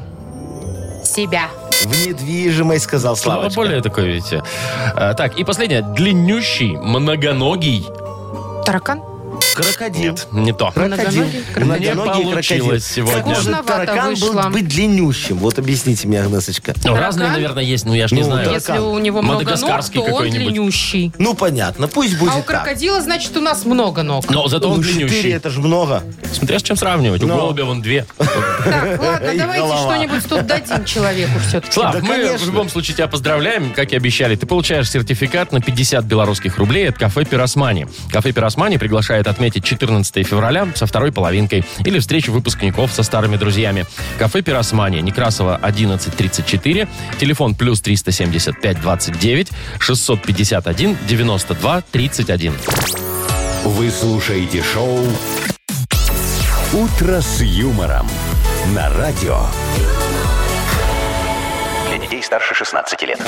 Speaker 3: шкаф. Себя.
Speaker 4: В недвижимость, сказал
Speaker 2: Слава
Speaker 4: Славочка.
Speaker 2: Ну, более такое, видите. А, так, и последнее. Длиннющий, многоногий.
Speaker 3: Таракан?
Speaker 4: Крокодил.
Speaker 2: Нет, не то.
Speaker 4: Крокодил.
Speaker 3: Многоногий крокодил.
Speaker 4: Многоногий
Speaker 2: Не получилось
Speaker 4: крокодил.
Speaker 2: сегодня. Ну,
Speaker 4: Как может
Speaker 3: Сложновато
Speaker 4: таракан
Speaker 3: вышло.
Speaker 4: был быть длиннющим? Вот объясните мне, Агнесочка.
Speaker 2: Ну,
Speaker 3: Таракан?
Speaker 2: разные, наверное, есть, но я ж не
Speaker 4: Ну,
Speaker 2: знаю.
Speaker 4: таракан.
Speaker 3: Если у него много ног,
Speaker 2: Мадагаскарский
Speaker 3: то он
Speaker 2: какой-нибудь.
Speaker 3: длиннющий.
Speaker 4: Ну, понятно, пусть будет
Speaker 3: А у
Speaker 4: так.
Speaker 3: крокодила, значит, у нас много ног.
Speaker 2: Но зато он
Speaker 4: Ну, четыре,
Speaker 2: длиннющий.
Speaker 4: это же много.
Speaker 2: Смотря с чем сравнивать. У
Speaker 4: Но.
Speaker 2: голубя вон две.
Speaker 3: Так, ладно,
Speaker 4: Эй,
Speaker 3: давайте
Speaker 4: голова.
Speaker 3: что-нибудь тут дадим человеку все-таки.
Speaker 2: Слав,
Speaker 4: Да,
Speaker 2: мы
Speaker 4: конечно.
Speaker 2: в любом случае тебя поздравляем, как и обещали. Ты получаешь сертификат на 50 белорусских рублей от кафе «Пиросмани». Кафе «Пиросмани» приглашает отметить 14 февраля со второй половинкой или встречу выпускников со старыми друзьями. Кафе «Пиросмани», Некрасова 1134, телефон плюс 375 29 651 92 31.
Speaker 1: Вы слушаете шоу «Утро с юмором» на радио.
Speaker 5: Для детей старше 16 лет.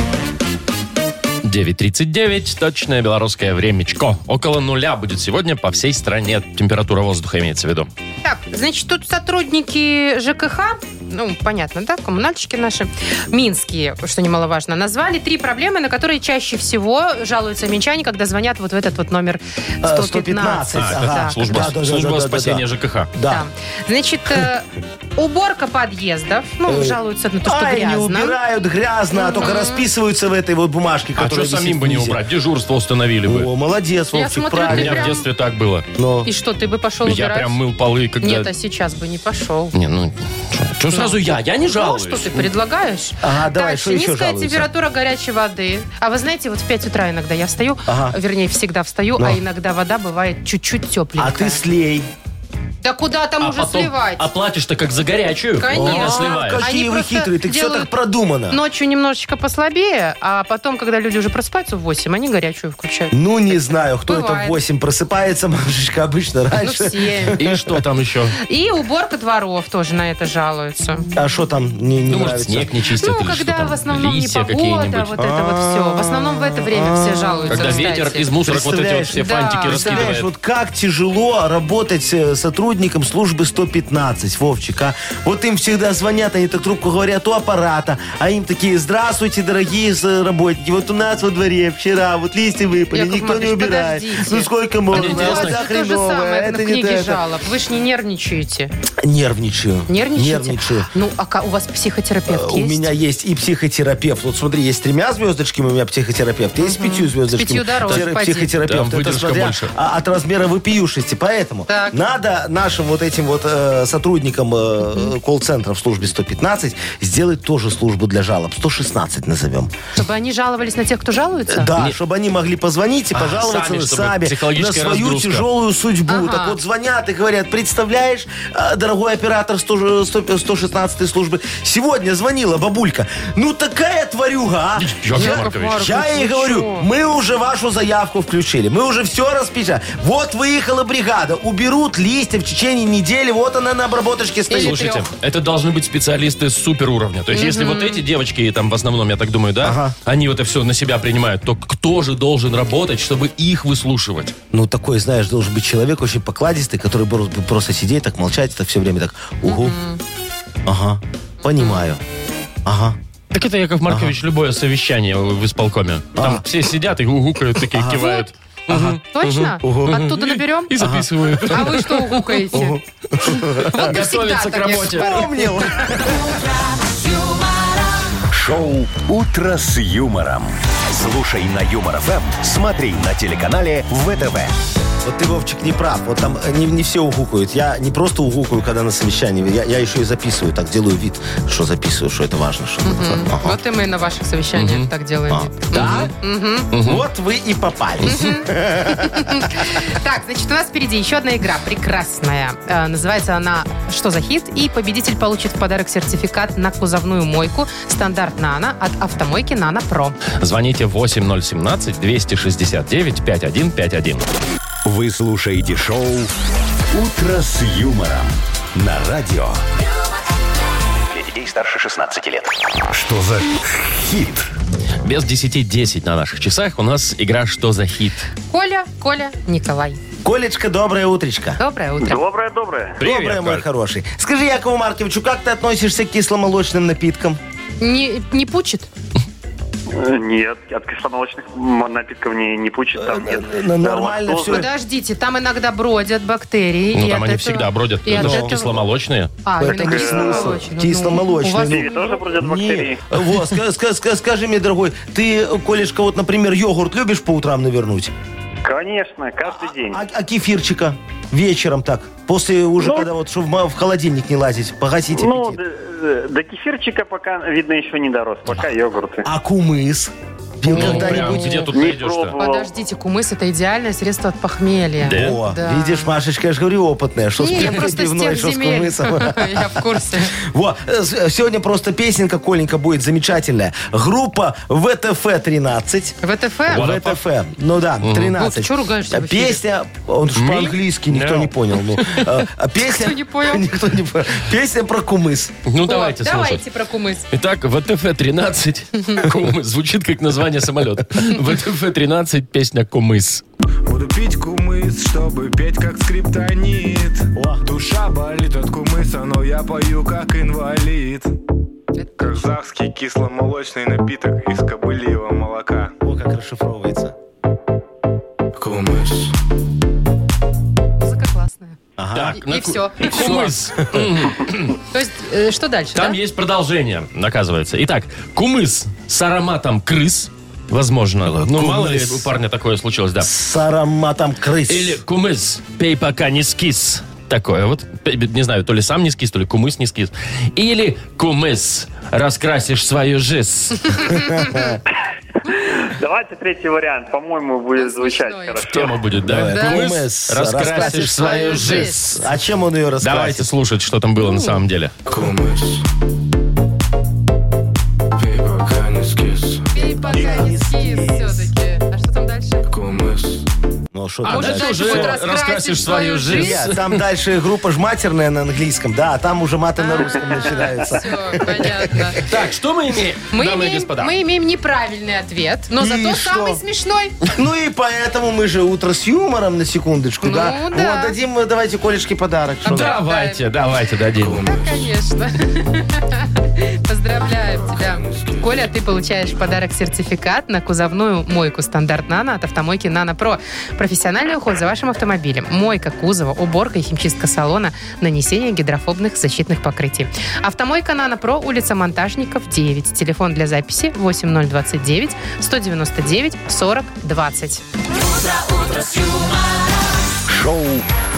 Speaker 2: 9.39, точное белорусское времечко. Около нуля будет сегодня по всей стране. Температура воздуха имеется в виду.
Speaker 3: Так, значит, тут сотрудники ЖКХ, ну, понятно, да, коммунальщики наши, минские, что немаловажно, назвали три проблемы, на которые чаще всего жалуются минчане, когда звонят вот в этот вот номер 115.
Speaker 4: Э, 115,
Speaker 2: А,
Speaker 4: ага.
Speaker 2: это служба,
Speaker 4: Да, да, да,
Speaker 2: служба
Speaker 4: да, да, да.
Speaker 2: спасения ЖКХ.
Speaker 4: Да.
Speaker 3: Значит, э, уборка подъездов, ну,
Speaker 4: Э,
Speaker 3: жалуются на то, что
Speaker 4: Ай, не
Speaker 3: грязно.
Speaker 4: убирают грязно, а только расписываются в этой вот бумажке,
Speaker 2: А
Speaker 4: которая
Speaker 2: что
Speaker 4: висит
Speaker 2: самим бы не
Speaker 4: внизу.
Speaker 2: убрать? Дежурство установили бы.
Speaker 4: О, молодец,
Speaker 3: Я
Speaker 4: Вовчик,
Speaker 3: смотрю, ты
Speaker 2: У меня
Speaker 4: правильно.
Speaker 2: в
Speaker 3: прям-
Speaker 2: детстве так было.
Speaker 4: Но
Speaker 3: И что, ты бы пошел
Speaker 2: Я
Speaker 3: убирать?
Speaker 2: прям мыл полы, когда...
Speaker 3: Нет, а сейчас бы не пошел.
Speaker 2: Не, ну, Что сразу я? Я не
Speaker 3: Ну, а
Speaker 2: жалуюсь.
Speaker 3: что ты предлагаешь?
Speaker 4: Ага, давай,
Speaker 3: Дальше.
Speaker 4: что еще
Speaker 3: Низкая
Speaker 4: жалуется?
Speaker 3: температура горячей воды. А вы знаете, вот в 5 утра иногда я встаю,
Speaker 4: Ага.
Speaker 3: вернее, всегда встаю,
Speaker 4: Ну.
Speaker 3: а иногда вода бывает чуть-чуть тепленькая.
Speaker 4: А ты слей.
Speaker 3: Да куда там
Speaker 2: а
Speaker 3: уже
Speaker 2: потом
Speaker 3: сливать?
Speaker 2: оплатишь-то как за горячую.
Speaker 3: Конечно.
Speaker 2: Когда сливаешь.
Speaker 3: Как-
Speaker 4: Какие
Speaker 3: Они
Speaker 4: вы
Speaker 3: просто
Speaker 4: хитрые, так все
Speaker 3: делают- Ну,
Speaker 4: так продумано.
Speaker 3: Ночью немножечко послабее, а потом, когда люди уже просыпаются в 8, они горячую включают.
Speaker 4: Ну, не знаю, кто это в
Speaker 3: Бывает.
Speaker 4: 8 просыпается, Машечка, обычно
Speaker 3: Ну,
Speaker 4: раньше.
Speaker 3: все.
Speaker 2: И что там еще?
Speaker 3: И уборка дворов тоже на это жалуются.
Speaker 4: А что там не, не
Speaker 2: Ну, может,
Speaker 4: нравится?
Speaker 2: снег не чистят
Speaker 3: Ну,
Speaker 2: или что
Speaker 3: когда
Speaker 2: там?
Speaker 3: в основном
Speaker 2: Листья
Speaker 3: непогода,
Speaker 2: какие-нибудь.
Speaker 3: вот это вот все. В основном в это время все жалуются,
Speaker 2: Когда ветер
Speaker 3: кстати.
Speaker 2: из мусорок вот эти вот
Speaker 4: Представляешь?
Speaker 2: все
Speaker 3: Да,
Speaker 2: фантики
Speaker 3: да.
Speaker 4: Представляешь,
Speaker 2: раскидывает.
Speaker 4: вот как тяжело работать э, сотрудником службы 115, Вовчик, а? Вот им всегда звонят, они так трубку говорят у аппарата, а им такие, здравствуйте, дорогие э, работники, вот у нас во дворе вчера вот листья выпали,
Speaker 3: Яков
Speaker 4: никто не
Speaker 3: Маркович,
Speaker 4: убирает.
Speaker 3: подождите.
Speaker 4: Ну сколько
Speaker 3: Ну,
Speaker 4: можно?
Speaker 2: Мне
Speaker 3: у
Speaker 4: А
Speaker 3: вас
Speaker 2: интересно.
Speaker 4: вода
Speaker 3: это то же
Speaker 4: хреновая,
Speaker 3: самое, это на
Speaker 4: не
Speaker 3: книге
Speaker 4: то, это.
Speaker 3: жалоб. Вы ж не нервничаете.
Speaker 4: Нервничаю.
Speaker 3: Нервничаете? А,
Speaker 4: Нервничаю.
Speaker 3: Ну, а ка- у вас психотерапевт
Speaker 4: Э,
Speaker 3: есть?
Speaker 4: У меня есть и психотерапевт. Вот смотри, есть с тремя звездочками у меня психотерапевт, есть с пятью звездочками.
Speaker 3: пятью дороже,
Speaker 4: Психотер-
Speaker 3: поди.
Speaker 4: Психотерапевт.
Speaker 2: Там
Speaker 4: Это
Speaker 2: выдержка
Speaker 4: смотря
Speaker 2: больше.
Speaker 4: а- от размера выпиюшести. Поэтому
Speaker 3: Так.
Speaker 4: надо нашим вот этим вот э, сотрудникам э, колл-центра в службе 115 сделать тоже службу для жалоб. 116 назовем.
Speaker 3: Чтобы они жаловались на тех, кто жалуется?
Speaker 4: Да, чтобы они могли позвонить и
Speaker 2: А,
Speaker 4: пожаловаться
Speaker 2: сами,
Speaker 4: сами,
Speaker 2: чтобы
Speaker 4: на
Speaker 2: психологическая
Speaker 4: свою
Speaker 2: разгрузка.
Speaker 4: тяжелую судьбу.
Speaker 3: Ага.
Speaker 4: Так вот звонят и говорят, представляешь, э, дорогой оператор 100 100 116 службы, сегодня звонила бабулька. Ну такая тварюга, а!
Speaker 2: Яков
Speaker 4: Я-
Speaker 2: Маркович.
Speaker 4: Я
Speaker 3: Маркович,
Speaker 4: ей
Speaker 3: вы
Speaker 4: говорю,
Speaker 3: чё?
Speaker 4: мы уже вашу заявку включили, мы уже все распечатали. Вот выехала бригада, уберут листья в течение недели, вот она на обработочке стоит.
Speaker 3: Или-
Speaker 2: Слушайте,
Speaker 3: трех.
Speaker 2: это должны быть специалисты супер уровня. То есть, если вот эти девочки, там в основном, я так думаю, да,
Speaker 4: Ага.
Speaker 2: они вот это все на себя принимают, то кто же должен работать, чтобы их выслушивать?
Speaker 4: Ну, такой, знаешь, должен быть человек очень покладистый, который бор- просто сидеть, так молчать, так все время так, угу, ага, понимаю, ага.
Speaker 2: Так это, Яков Маркович, любое совещание в исполкоме. Там все сидят и угукают, такие кивают.
Speaker 3: Точно? Оттуда наберем?
Speaker 2: И записывают.
Speaker 3: А вы что угукаете? Вот ты всегда
Speaker 2: Готовятся к
Speaker 3: так, Яков
Speaker 2: работе.
Speaker 4: Помнил.
Speaker 1: Шоу «Утро с юмором». Слушай на Юмор ФМ, смотри на телеканале ВТВ.
Speaker 4: Вот ты, Вовчик, не прав. Вот там э, не, не все угукают. Я не просто угукаю, когда на совещании. Я, я еще и записываю, так делаю вид, что записываю, что это важно. Что Ага.
Speaker 3: Вот и мы на ваших совещаниях так делаем.
Speaker 4: А, Да? Вот вы и попались.
Speaker 3: Так, значит, у нас впереди еще одна игра прекрасная. Э, называется она «Что за хит?» И победитель получит в подарок сертификат на кузовную мойку «Стандарт Нано» от автомойки «Нано Про».
Speaker 2: Звоните 8017-269-5151.
Speaker 1: Вы слушаете шоу «Утро с юмором» на радио.
Speaker 5: Для детей старше 16 лет.
Speaker 1: Что за хит?
Speaker 2: Без 10-10 на наших часах у нас игра «Что за хит?».
Speaker 3: Коля, Коля, Николай.
Speaker 4: Колечка, доброе утречко.
Speaker 3: Доброе утро.
Speaker 7: Доброе-доброе.
Speaker 4: доброе, мой хороший. Скажи, Якову Марковичу, как ты относишься к кисломолочным напиткам?
Speaker 3: Не, не пучит?
Speaker 7: Нет, от кисломолочных м- напитков не, не пучит там, нет.
Speaker 4: Э, э, нормально
Speaker 7: Да,
Speaker 4: всё.
Speaker 3: Подождите, там иногда бродят бактерии.
Speaker 2: Ну,
Speaker 3: и
Speaker 2: там
Speaker 3: от
Speaker 2: они
Speaker 3: этого-
Speaker 2: всегда бродят.
Speaker 3: и от
Speaker 2: Это же
Speaker 3: этого-
Speaker 2: кисломолочные.
Speaker 3: А,
Speaker 4: Это
Speaker 3: именно
Speaker 4: не
Speaker 3: кисломолочные.
Speaker 4: смысл. Кисломолочные,
Speaker 3: у вас-
Speaker 4: ну.
Speaker 7: Киви тоже бродят бактерии.
Speaker 4: Не. Вот, ска- ска- ска- скажи мне, дорогой, ты, Колечка, вот, например, йогурт любишь по утрам навернуть?
Speaker 7: Конечно, каждый день.
Speaker 4: А, а кефирчика вечером так? После уже,
Speaker 7: Ну.
Speaker 4: когда вот, чтобы в ма- в холодильник не лазить, погасите
Speaker 7: Ну, д- э, до кефирчика пока, видно, еще не дорос. Пока йогурты.
Speaker 4: А кумыс? Пил
Speaker 2: Ну, прям,
Speaker 4: когда-нибудь?
Speaker 2: где тут
Speaker 7: Не
Speaker 2: найдешь-то?
Speaker 7: пробовал.
Speaker 3: Подождите, кумыс это идеальное средство от похмелья.
Speaker 2: Да.
Speaker 4: О,
Speaker 3: Да.
Speaker 4: видишь, Машечка, я же говорю, опытная. Что с
Speaker 3: Не, я
Speaker 4: пенкой
Speaker 3: просто с
Speaker 4: пивной,
Speaker 3: тех
Speaker 4: что с
Speaker 3: земель.
Speaker 4: кумысом.
Speaker 3: Я в курсе.
Speaker 4: Во, э, с- э, сегодня просто песенка, Коленька, будет замечательная. Группа ВТФ-13.
Speaker 3: ВТФ?
Speaker 2: What the
Speaker 4: ВТФ. Ну да,
Speaker 3: Вов,
Speaker 4: 13.
Speaker 3: ты чё ругаешься в эфире?
Speaker 4: Песня, он же по-английски никто
Speaker 2: No.
Speaker 4: не понял. ну. Э, а Песня...
Speaker 3: Кто не понял?
Speaker 4: Никто не понял. Песня про кумыс.
Speaker 2: Ну, давайте
Speaker 3: О,
Speaker 2: слушать.
Speaker 3: Давайте про кумыс.
Speaker 2: Итак, ВТФ-13 «Кумыс». Звучит как название самолета. ВТФ-13 песня «Кумыс».
Speaker 8: Буду пить кумыс, чтобы петь как скриптонит Душа болит от кумыса, но я пою как инвалид Казахский кисломолочный напиток из кобыльего молока
Speaker 4: О, как расшифровывается.
Speaker 8: Кумыс
Speaker 3: Музыка классная.
Speaker 2: Так,
Speaker 3: И- и
Speaker 2: ку-
Speaker 3: всё.
Speaker 2: «Кумыс».
Speaker 3: То есть, э, что дальше,
Speaker 2: Там
Speaker 3: да?
Speaker 2: есть продолжение, оказывается. Итак, «Кумыс» с ароматом крыс. Возможно. Ну, мало ли у парня такое случилось, да.
Speaker 4: С ароматом крыс.
Speaker 2: Или «Кумыс, пей пока не скис». Такое вот. Не знаю, то ли сам не скис, то ли кумыс не скис. Или кумыс. Раскрасишь свою жизнь.
Speaker 7: Давайте третий вариант. По-моему, будет звучать
Speaker 3: смешной.
Speaker 7: хорошо.
Speaker 2: Тема будет, да?
Speaker 3: Да.
Speaker 4: Э, Кумыс,
Speaker 2: Раскрасишь свою жизнь.
Speaker 4: А чем он ее раскрасит?
Speaker 2: Давайте слушать, что там
Speaker 3: Ну,
Speaker 2: было на самом деле.
Speaker 8: Кумыс. Пей пока не скис.
Speaker 3: И пока не скис все-таки. А что там дальше?
Speaker 8: Кумыс.
Speaker 4: Ну, а что
Speaker 2: А
Speaker 4: там
Speaker 2: вот
Speaker 4: дальше?
Speaker 2: это уже
Speaker 3: дальше будет раскрасить
Speaker 2: раскрасишь свою
Speaker 3: свою
Speaker 2: жизнь.
Speaker 4: Нет, там дальше группа ж матерная на английском, да, а там уже маты на русском начинаются.
Speaker 3: Все, понятно.
Speaker 2: Так, что мы имеем,
Speaker 3: Мы
Speaker 2: дамы и
Speaker 3: имеем,
Speaker 2: господа?
Speaker 3: мы имеем неправильный ответ, но
Speaker 4: И
Speaker 3: зато
Speaker 4: что?
Speaker 3: самый смешной.
Speaker 4: Ну и поэтому мы же утро с юмором, на секундочку,
Speaker 3: Ну,
Speaker 4: да?
Speaker 3: да. А
Speaker 4: Вот, дадим, э, давайте, Колечке подарок. что ли?
Speaker 2: Давайте, давайте дадим.
Speaker 3: Да, конечно. Поздравляем тебя. Коля, ты получаешь в подарок сертификат на кузовную мойку стандарт «Нано» от автомойки «Нано Про». Профессиональный уход за вашим автомобилем. Мойка кузова, уборка и химчистка салона, нанесение гидрофобных защитных покрытий. Автомойка «Нано Про», улица Монтажников, 9. Телефон для записи 8029 199 40 20.
Speaker 1: Шоу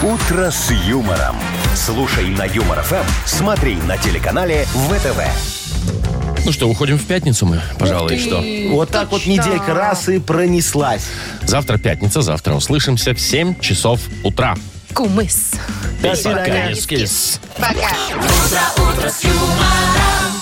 Speaker 1: «Утро с юмором». Слушай на Юмор ФМ, смотри на телеканале ВТВ.
Speaker 2: Ну что, уходим в пятницу мы, пожалуй, что.
Speaker 4: Вот так вот неделька раз и пронеслась.
Speaker 2: Завтра пятница, завтра услышимся в 7 часов утра.
Speaker 3: Кумыс.
Speaker 2: До
Speaker 4: свидания.
Speaker 2: Кис-кис.
Speaker 3: Пока.
Speaker 9: Утро, утро с юмором.